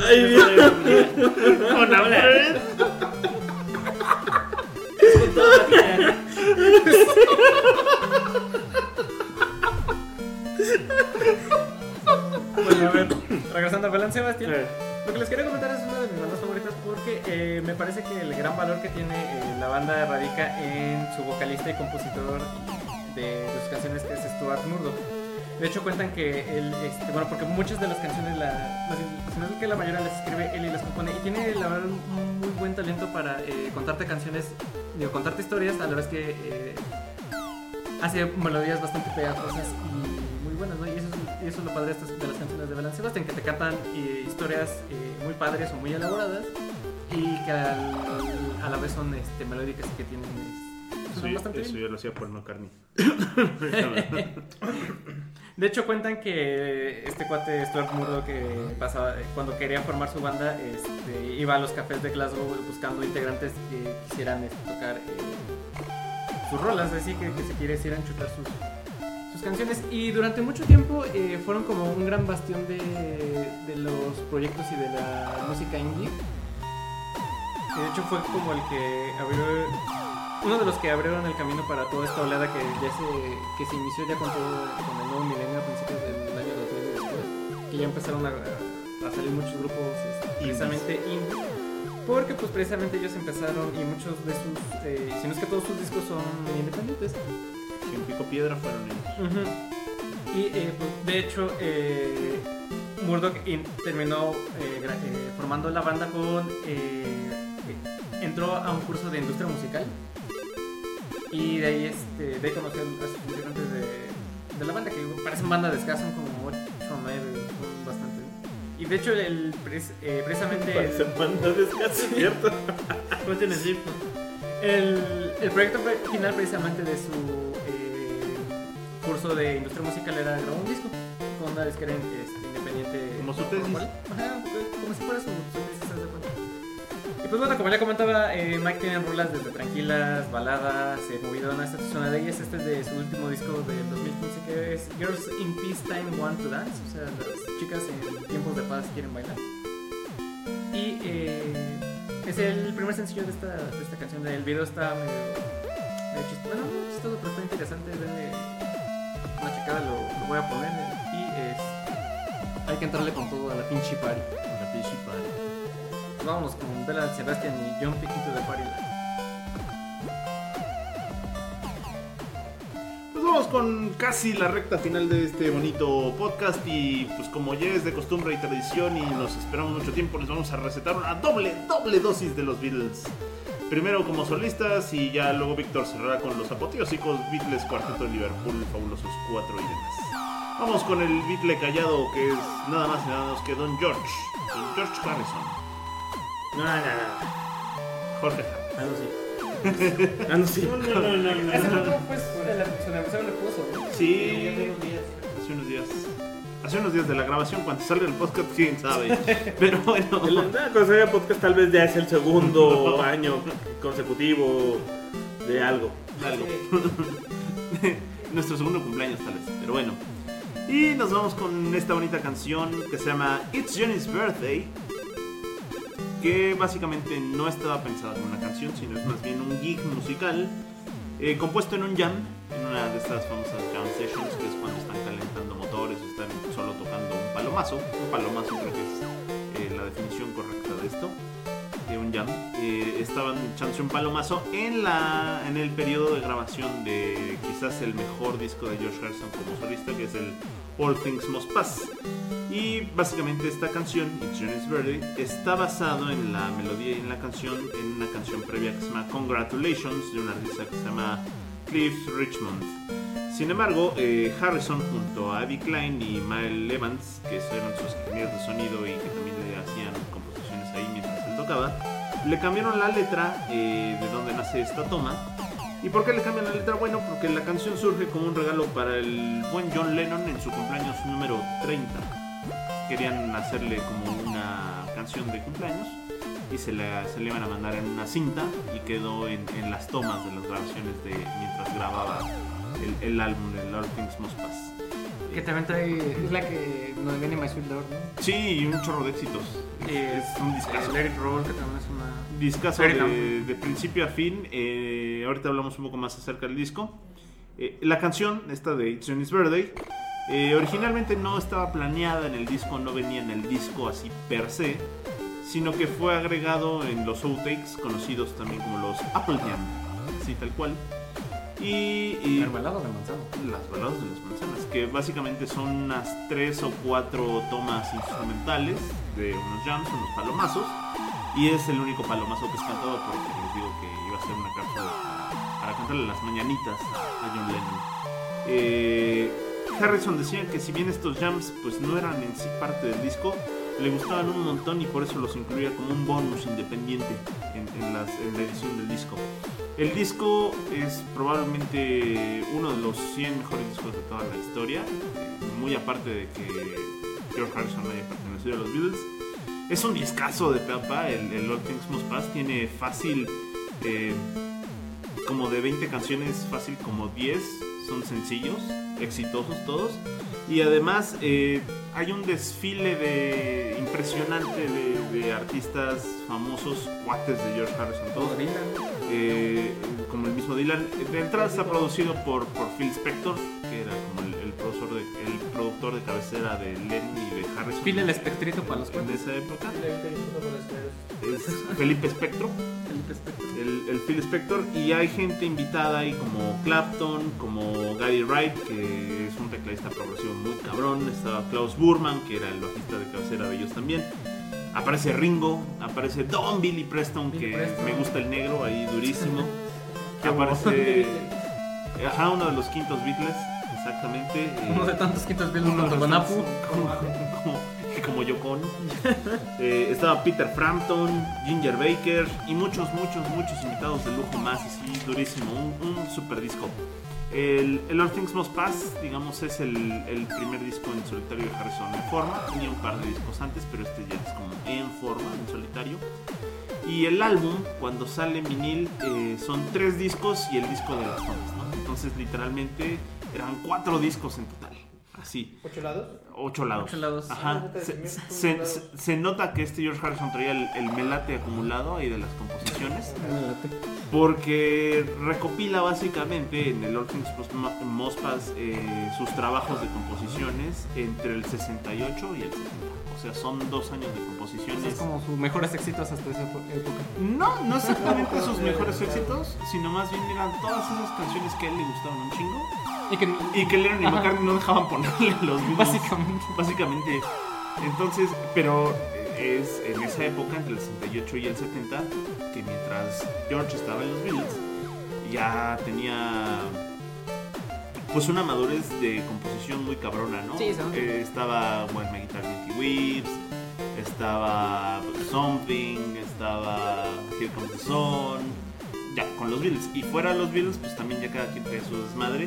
S2: Ay, bien.
S5: Con Alfred.
S4: Bueno, a ver, regresando a Belán Sebastián.
S2: Eh,
S4: Lo que les quería comentar es una de mis bandas favoritas porque eh, me parece que el gran valor que tiene eh, la banda radica en su vocalista y compositor de, de sus canciones que es Stuart Murdoch. De hecho cuentan que él, este, bueno, porque muchas de las canciones, la, las canciones que la mayoría las escribe él y las compone, y tiene la verdad un muy buen talento para eh, contarte canciones, digo, contarte historias a la vez que eh, hace melodías bastante pegajosas y muy buenas, ¿no? Y eso es, y eso es lo padre de, estas- de las canciones de Balan Sebastián, que te cantan eh, historias eh, muy padres o muy elaboradas y que al- a la vez son este, melódicas y que tienen...
S5: Eso,
S4: suenan
S5: yo-
S4: bastante bien.
S5: eso yo lo hacía por no carne.
S4: De hecho cuentan que este cuate Stuart Murdo que pasaba cuando quería formar su banda este, iba a los cafés de Glasgow buscando integrantes que quisieran este, tocar eh, sus rolas, así que, que se quisieran chutar sus, sus canciones y durante mucho tiempo eh, fueron como un gran bastión de, de los proyectos y de la música indie. Que de hecho fue como el que abrió uno de los que abrieron el camino para toda esta oleada que ya se, que se inició ya con todo con el nuevo milenio a principios del año 2000 y después, que ya empezaron a, a salir muchos grupos este, precisamente indie, porque pues precisamente ellos empezaron y muchos de sus, eh, si no es que todos sus discos son independientes,
S5: Quien pico piedra fueron ellos.
S4: Ujú. Y eh, pues, de hecho, eh, Murdoch in- terminó eh, gra- eh, formando la banda con. eh, eh, entró a un curso de industria musical. Y de ahí, este, de ahí conoció a sus integrantes de, de la banda, que parecen banda de ska, son como 8 o 9, son bastante. Y de hecho, el, pres- eh, precisamente.
S2: Parece banda de ska, sí, ¿cierto?
S4: Pueden decir, Pues El, el proyecto fue- final precisamente de su eh, curso de industria musical era grabar un disco con una disquera este, independiente.
S5: Como su tesis.
S4: Ajá, pues, como si fuera su, su tesis, haz de cuenta. Y pues bueno, como ya comentaba, eh, Mike tiene rolas desde tranquilas, baladas, eh, movidonas, esta es una de ellas, este es de su último disco del 2015 que es Girls in Peace Time Want to Dance, o sea, las chicas en tiempos de paz quieren bailar. Y eh, es el primer sencillo de esta, de esta canción. El video está medio, medio chistoso. Bueno, no chistoso, pero está interesante. Denle una checada, lo, lo voy a poner. Y es,
S7: Hay que entrarle con todo a la pinche party.
S5: La pinche padre.
S4: vámonos con Bella Sebastian y John Piquito de Party Line.
S5: Pues vamos con casi la recta final de este bonito podcast y pues como ya es de costumbre y tradición y nos esperamos mucho tiempo, les vamos a recetar una doble, doble dosis de los Beatles. Primero como solistas y ya luego Víctor cerrará con los apoteósicos Beatles Cuarteto de Liverpool, Fabulosos 4 y demás. Vamos con el Beatle callado que es nada más y nada menos que Don George, Don George Harrison,
S2: No, no, no.
S5: Jorge Harrison.
S2: Ah, no, sí. Ah, no, sí. No, no, no, no.
S4: Ese grupo pues se le avisaron el pozo, ¿no?
S5: Sí, hace unos días. Hace unos días de la grabación, cuando salga el podcast, quién sabe. Pero bueno.
S2: El, nada, Ah, cuando salga el podcast tal vez ya es el segundo año consecutivo de algo.
S5: algo. Nuestro segundo cumpleaños tal vez, pero bueno. Y nos vamos con esta bonita canción que se llama It's Johnny's Birthday. Que básicamente no estaba pensada como una canción, sino es más bien un gig musical eh, compuesto en un jam, en una de estas famosas jam sessions que es cuando están calentando motores o están solo tocando un palomazo. Un palomazo creo que es eh, la definición correcta de esto de un jam, eh, estaban echándose un palomazo en, la, en el periodo de grabación de quizás el mejor disco de George Harrison como solista, que es el All Things Must Pass. Y básicamente esta canción, It's Johnny's Birthday, está basado en la melodía y en la canción, en una canción previa que se llama Congratulations, de un artista que se llama Cliff Richmond. Sin embargo, eh, Harrison junto a Abby Klein y Miles Evans, que eran sus ingenieros de sonido y que también le hacían composiciones ahí mientras él tocaba, le cambiaron la letra eh, de donde nace esta toma. ¿Y por qué le cambian la letra? Bueno, porque la canción surge como un regalo para el buen John Lennon en su cumpleaños número 30. Querían hacerle como una canción de cumpleaños y se la, se la iban a mandar en una cinta y quedó en, en las tomas de las grabaciones de mientras grababa el, el álbum de All Things Must Pass.
S7: Que también trae. Es la que nos viene My Sweet Lord, ¿no?
S5: Sí, y un chorro de éxitos. es un discazo.
S4: Larry Roll, que también es una...
S5: discazo
S4: Very
S5: de,
S4: long.
S5: de principio a fin. Eh, ahorita hablamos un poco más acerca del disco. Eh, la canción, esta de It's Johnny's Birthday, eh, originalmente no estaba planeada en el disco, no venía en el disco así per se, sino que fue agregado en los outtakes, conocidos también como los Apple Jam, así tal cual. Y, y
S4: Mermelada de manzana.
S5: las baladas de las manzanas, que básicamente son unas tres o cuatro tomas instrumentales de unos jams, unos palomazos, y es el único palomazo que es cantado porque les digo que iba a ser una carta para, para cantarle las mañanitas a John Lennon. Eh, Harrison decía que si bien estos jams pues no eran en sí parte del disco, le gustaban un montón y por eso los incluía como un bonus independiente en, en las- en la edición del disco. El disco es probablemente uno de los 100 mejores discos de toda la historia, muy aparte de que George Harrison haya pertenecido a los Beatles. Es un discazo de Papa, el, el All Things Must Pass tiene fácil, eh, como de 20 canciones, fácil como 10, son sencillos, exitosos todos. Y además eh, hay un desfile de impresionante de, de artistas famosos, cuates de George Harrison, todos eh, como el mismo Dylan. De entrada está producido por, por Phil Spector, que era como el, el profesor de- el productor de cabecera de Lennon y de Harrison.
S4: Pila el espectrito para los
S5: en
S4: cuentes.
S5: esa época
S3: Pero
S5: es Felipe Espectro. El, el Phil Spector y hay gente invitada ahí como Clapton, como Gary Wright, que es un tecladista progresivo muy cabrón, estaba Klaus Burman, que era el bajista de cabecera de ellos también, aparece Ringo, aparece Don Billy Preston,
S8: Billy
S5: que
S8: Preston.
S5: me gusta el negro ahí durísimo, aparece ajá, uno de los quintos Beatles, exactamente, eh,
S8: Uno de tantos quintos Beatles
S5: uno de
S8: junto
S5: los
S8: con
S5: tantos-
S8: Apu.
S5: como, como, como Yoko Ono. Eh, estaba Peter Frampton, Ginger Baker y muchos, muchos, muchos invitados de lujo más, así durísimo, un, un super disco. El, el All Things Must Pass, digamos, es el, el primer disco en solitario de Harrison en forma. Tenía un par de discos antes, pero este ya es como en forma, en solitario. Y el álbum, cuando sale en vinil, eh, son tres discos y el disco de las tomas, ¿no? Entonces, literalmente, eran cuatro discos en total. Así.
S3: ¿Ocho lados?
S5: Ocho lados.
S8: Ocho lados.
S5: Ajá. Se, se- se- se nota que este George Harrison traía el, el melate acumulado ahí de las composiciones. Porque recopila básicamente en el All Things Must- Must Pass, eh, sus trabajos de composiciones entre el 68 y el 70. O sea, son dos años de composiciones.
S4: Es como sus mejores éxitos hasta esa epo- época.
S5: No, no exactamente sus mejores éxitos, sino más bien eran todas esas canciones que a él le gustaban un chingo
S4: Y que
S5: y que Lennon y
S4: Ajá.
S5: McCartney no dejaban ponerle los mismos.
S4: básicamente.
S5: Básicamente. Entonces, pero es en esa época, entre el 68 y el 70, que mientras George estaba en los Beatles, ya tenía pues una madurez de composición muy cabrona, ¿no?
S4: Sí, sí.
S5: Eh, estaba When My Guitar Gently Weeps, estaba Something, estaba Here Comes the Sun, ya con los Beatles. Y fuera de los Beatles, pues también ya cada quien trae su desmadre.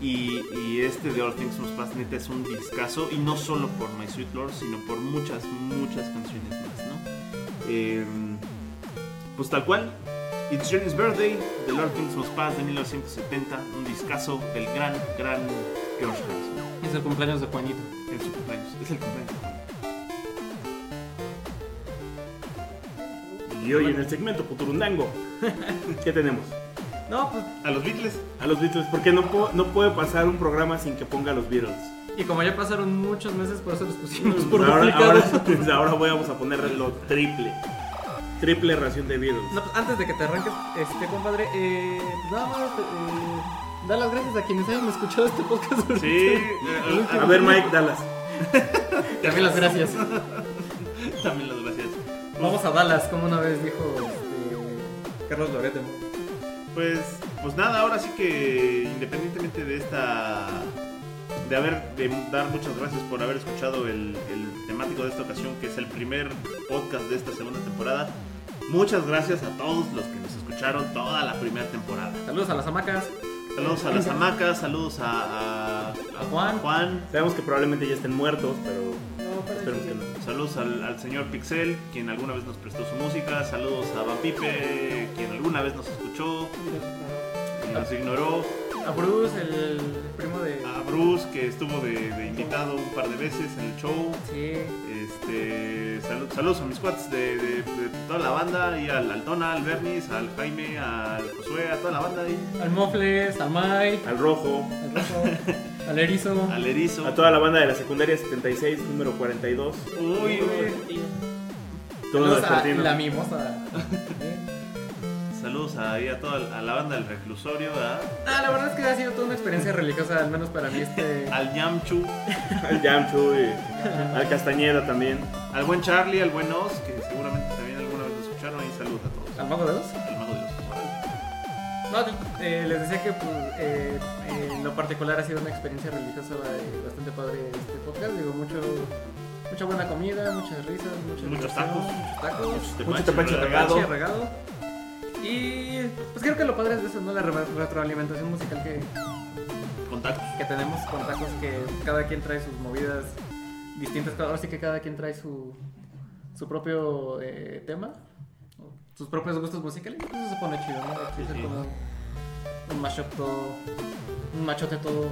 S5: Y, y este de All Things Must Pass neta es un discazo y no solo por My Sweet Lord, sino por muchas, muchas canciones más, ¿no? Eh, pues tal cual, It's Johnny's Birthday, The Lord Things Must Pass de 1970, un discazo del gran, gran George Harrison.
S4: Es el cumpleaños de Juanito.
S5: En su cumpleaños, es el cumpleaños. de Juan.
S2: Y hoy en el segmento Futurundango, ¿qué tenemos?
S8: No, pues,
S5: A los Beatles,
S2: A los Beatles, porque no, puedo- no puede pasar un programa sin que ponga a los Beatles. Pues
S8: y como ya pasaron muchos meses, por eso los
S4: Pues
S8: pusimos por
S2: Mm, Ahora,
S8: duplicado.
S2: ahora, pues ahora vamos a poner lo triple. Triple ración de Beatles.
S8: No, pues, antes de que te arranques, este compadre, eh, nada más eh, da las gracias a quienes hayan escuchado este podcast.
S5: sí. eh,
S2: A ver, Mike, Dallas.
S8: También las gracias.
S5: También las gracias.
S8: Vamos a Dallas, como una vez dijo este, Carlos Loreto.
S5: Pues, pues nada, ahora sí que independientemente de esta. De haber, de dar muchas gracias por haber escuchado el, el temático de esta ocasión, que es el primer podcast de esta segunda temporada. Muchas gracias a todos los que nos escucharon toda la primera temporada.
S8: Saludos a las hamacas.
S5: Saludos a las hamacas, saludos a, a, a
S8: Juan.
S5: Juan,
S2: Sabemos que probablemente ya estén muertos, pero
S3: No, para
S2: esperemos que no.
S5: saludos al, al señor Pixel, quien alguna vez nos prestó su música, saludos a Vampipe, quien alguna vez nos escuchó y nos ignoró,
S8: A Bruce, el primo de.
S2: Ah.
S5: a Bruce, que estuvo de, de invitado un par de veces en el show.
S8: Sí.
S5: Este, salu- saludos a mis cuates de, de- de toda la banda, y al Altona, al Bernis, al Jaime, al Josué, a toda la banda, y
S8: Al Mofles, al Mai,
S2: Al rojo,
S8: al Rojo, al Erizo.
S5: al Erizo.
S2: a toda la banda de la secundaria 76, número 42.
S5: Uy, uy.
S2: Todo
S8: Saludos a
S2: argentino.
S8: la mimosa.
S5: Saludos, saludos ahí a toda a la banda del reclusorio, a-
S4: Ah, la verdad es que ha sido toda una experiencia religiosa, al menos para mí este...
S5: al Yamchu,
S2: Al Yamchu y al Castañeda también.
S5: al buen Charlie, al buen Oz, que seguramente también alguna vez lo escucharon. Ahí saludos a todos.
S4: ¿Al mago de Oz?
S5: Al mago de Oz.
S4: No, eh, les decía que pues, eh, eh, en lo particular ha sido una experiencia religiosa eh, bastante padre este podcast. Digo, mucho, mucha buena comida, muchas risas, mucha
S5: Muchos
S4: diversión,
S5: tacos.
S4: Muchos tacos.
S2: Mucho tepache regado.
S4: Tapache regado. Y pues creo que lo padre es eso, ¿no? La re- retroalimentación musical que,
S5: Contactos.
S4: que tenemos con tacos que cada quien trae sus movidas distintas. Ahora sí que cada quien trae su, su propio eh, tema, sus propios gustos musicales. pues Eso se pone chido, ¿no? Aquí hacer
S5: Sí, sí.
S4: como un mashup todo, un machote todo,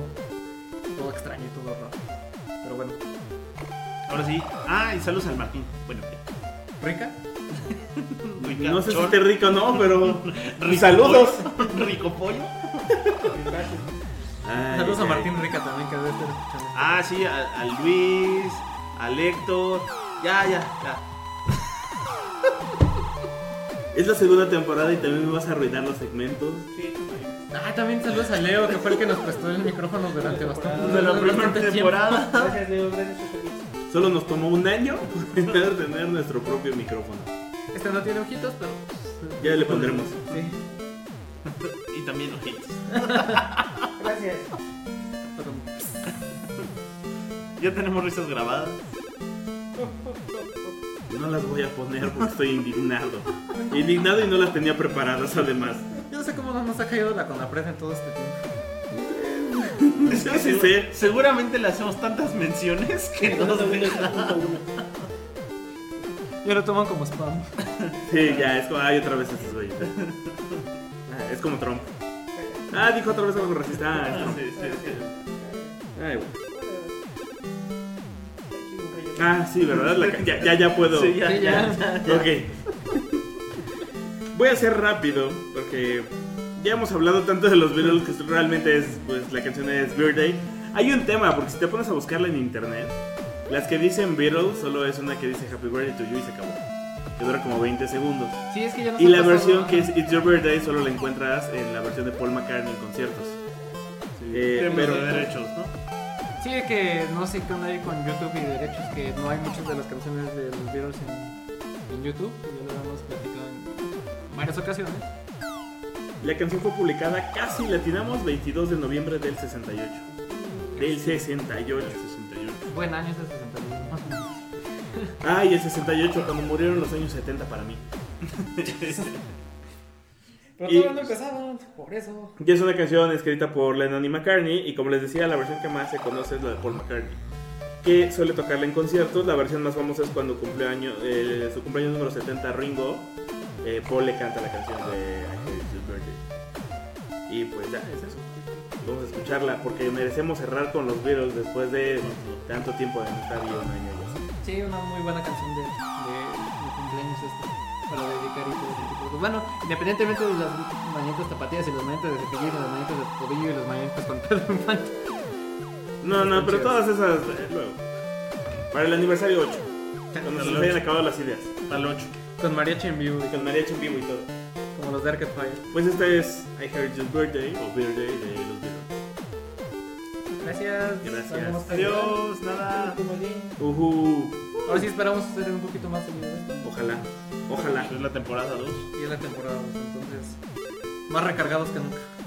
S4: todo extraño y todo raro. Pero bueno,
S5: Ahora sí. Ah, y saludos al Martín. Bueno,
S4: rica.
S5: Ricardo
S2: No sé si
S5: Chor.
S2: esté rico o no, pero.
S5: Rico
S2: Saludos.
S5: pollo. Rico pollo.
S2: Ay,
S4: Saludos a
S2: ay.
S4: Martín Rica también, que debe estar escuchando.
S5: Ah, sí, al, al Luis, al Héctor. Ya, ya, ya.
S2: Es la segunda temporada y también me vas a arruinar los segmentos.
S4: Ah, también saludos a Leo, que fue el que nos prestó el micrófono durante bastante,
S2: De la
S4: bastante
S2: primera
S4: tiempo.
S2: temporada.
S3: Gracias, Leo, gracias por servicio.
S2: Solo nos tomó un año poder tener nuestro propio micrófono.
S4: Este no tiene ojitos, pero...
S2: Ya le pondremos.
S4: Sí.
S5: Y también los hits.
S3: Gracias.
S4: pero-
S5: Ya tenemos risas grabadas.
S2: No las voy a poner porque estoy indignado. Indignado y no las tenía preparadas además.
S4: Yo no sé cómo no nos ha caído la conapred en todo este tiempo.
S5: Es
S2: que sí sé.
S5: Seguramente le hacemos tantas menciones que no nos deja.
S9: Ya lo toman como spam.
S2: Sí, ya, es como, ay, otra vez estos güeyes. Ah, Es como Trump. Ah, dijo otra vez algo racista. Ah, es Trump.
S5: Sí, sí, sí.
S2: Ay, bueno. Ah, sí, ¿verdad? La ca- ya, ya, ya puedo.
S5: Sí, ya,
S4: Sí,
S5: ya.
S2: Ok. Voy a ser rápido porque ya hemos hablado tanto de los Beatles que realmente es, pues la canción es Birthday. Hay un tema, porque si te pones a buscarla en internet, las que dicen Beatles solo es una que dice Happy Birthday to you y se acabó. Que dura como 20 segundos.
S9: Sí, es que ya no
S2: Y la versión que es It's Your Birthday solo la encuentras en la versión de Paul McCartney en conciertos. Eh,
S5: Temas
S2: pero-
S5: de derechos, ¿no?
S9: Sí, que no sé qué onda ahí con YouTube y derechos, que no hay muchas de las canciones de los Beatles en, en YouTube. y Ya lo hemos platicado en varias ocasiones.
S2: La canción fue publicada casi, la tiramos 22 de noviembre del 68. Del 68. 68.
S9: Buen año es el 61.
S2: Ay, el 68, cuando murieron los años 70 para mí.
S4: Pero
S2: Y-
S4: todavía no empezaban, por eso.
S2: Y es una canción escrita por Lennon y McCartney y como les decía, la versión que más se conoce es la de Paul McCartney, que suele tocarla en conciertos. La versión más famosa es cuando cumplió año, eh, su cumpleaños número 70 Ringo, eh, Paul le canta la canción de I Hear It's Your Birthday. Y pues ya, es eso. Vamos a escucharla porque merecemos cerrar con los Beatles después de tanto tiempo de no estar y un año y así.
S9: Sí, una muy buena canción de, de, de cumpleaños este, para dedicar y todo ese tipo de cosas. Bueno, independientemente de las manitas tapatías y los manitas de cepillo y los manitas de tobillo y los manitas con Pedro Infante.
S2: No, no, pero todas esas eh, luego. Para el aniversario 8. Cuando se nos hayan acabado las ideas.
S5: Al 8.
S4: Con mariachi en vivo,
S2: Con mariachi en vivo y todo.
S4: como los de Arcade Fire.
S2: Pues esta es I Heard Your Birthday o Birthday de los Beatles.
S4: Gracias.
S2: Gracias.
S4: Vamos a-
S5: Adiós, nada.
S2: Ujú,
S4: Ahora sí esperamos hacer un poquito más seguido esto.
S2: ojalá, ojalá.
S5: Es la temporada 2.
S4: Y es la temporada dos, entonces... Más recargados que nunca.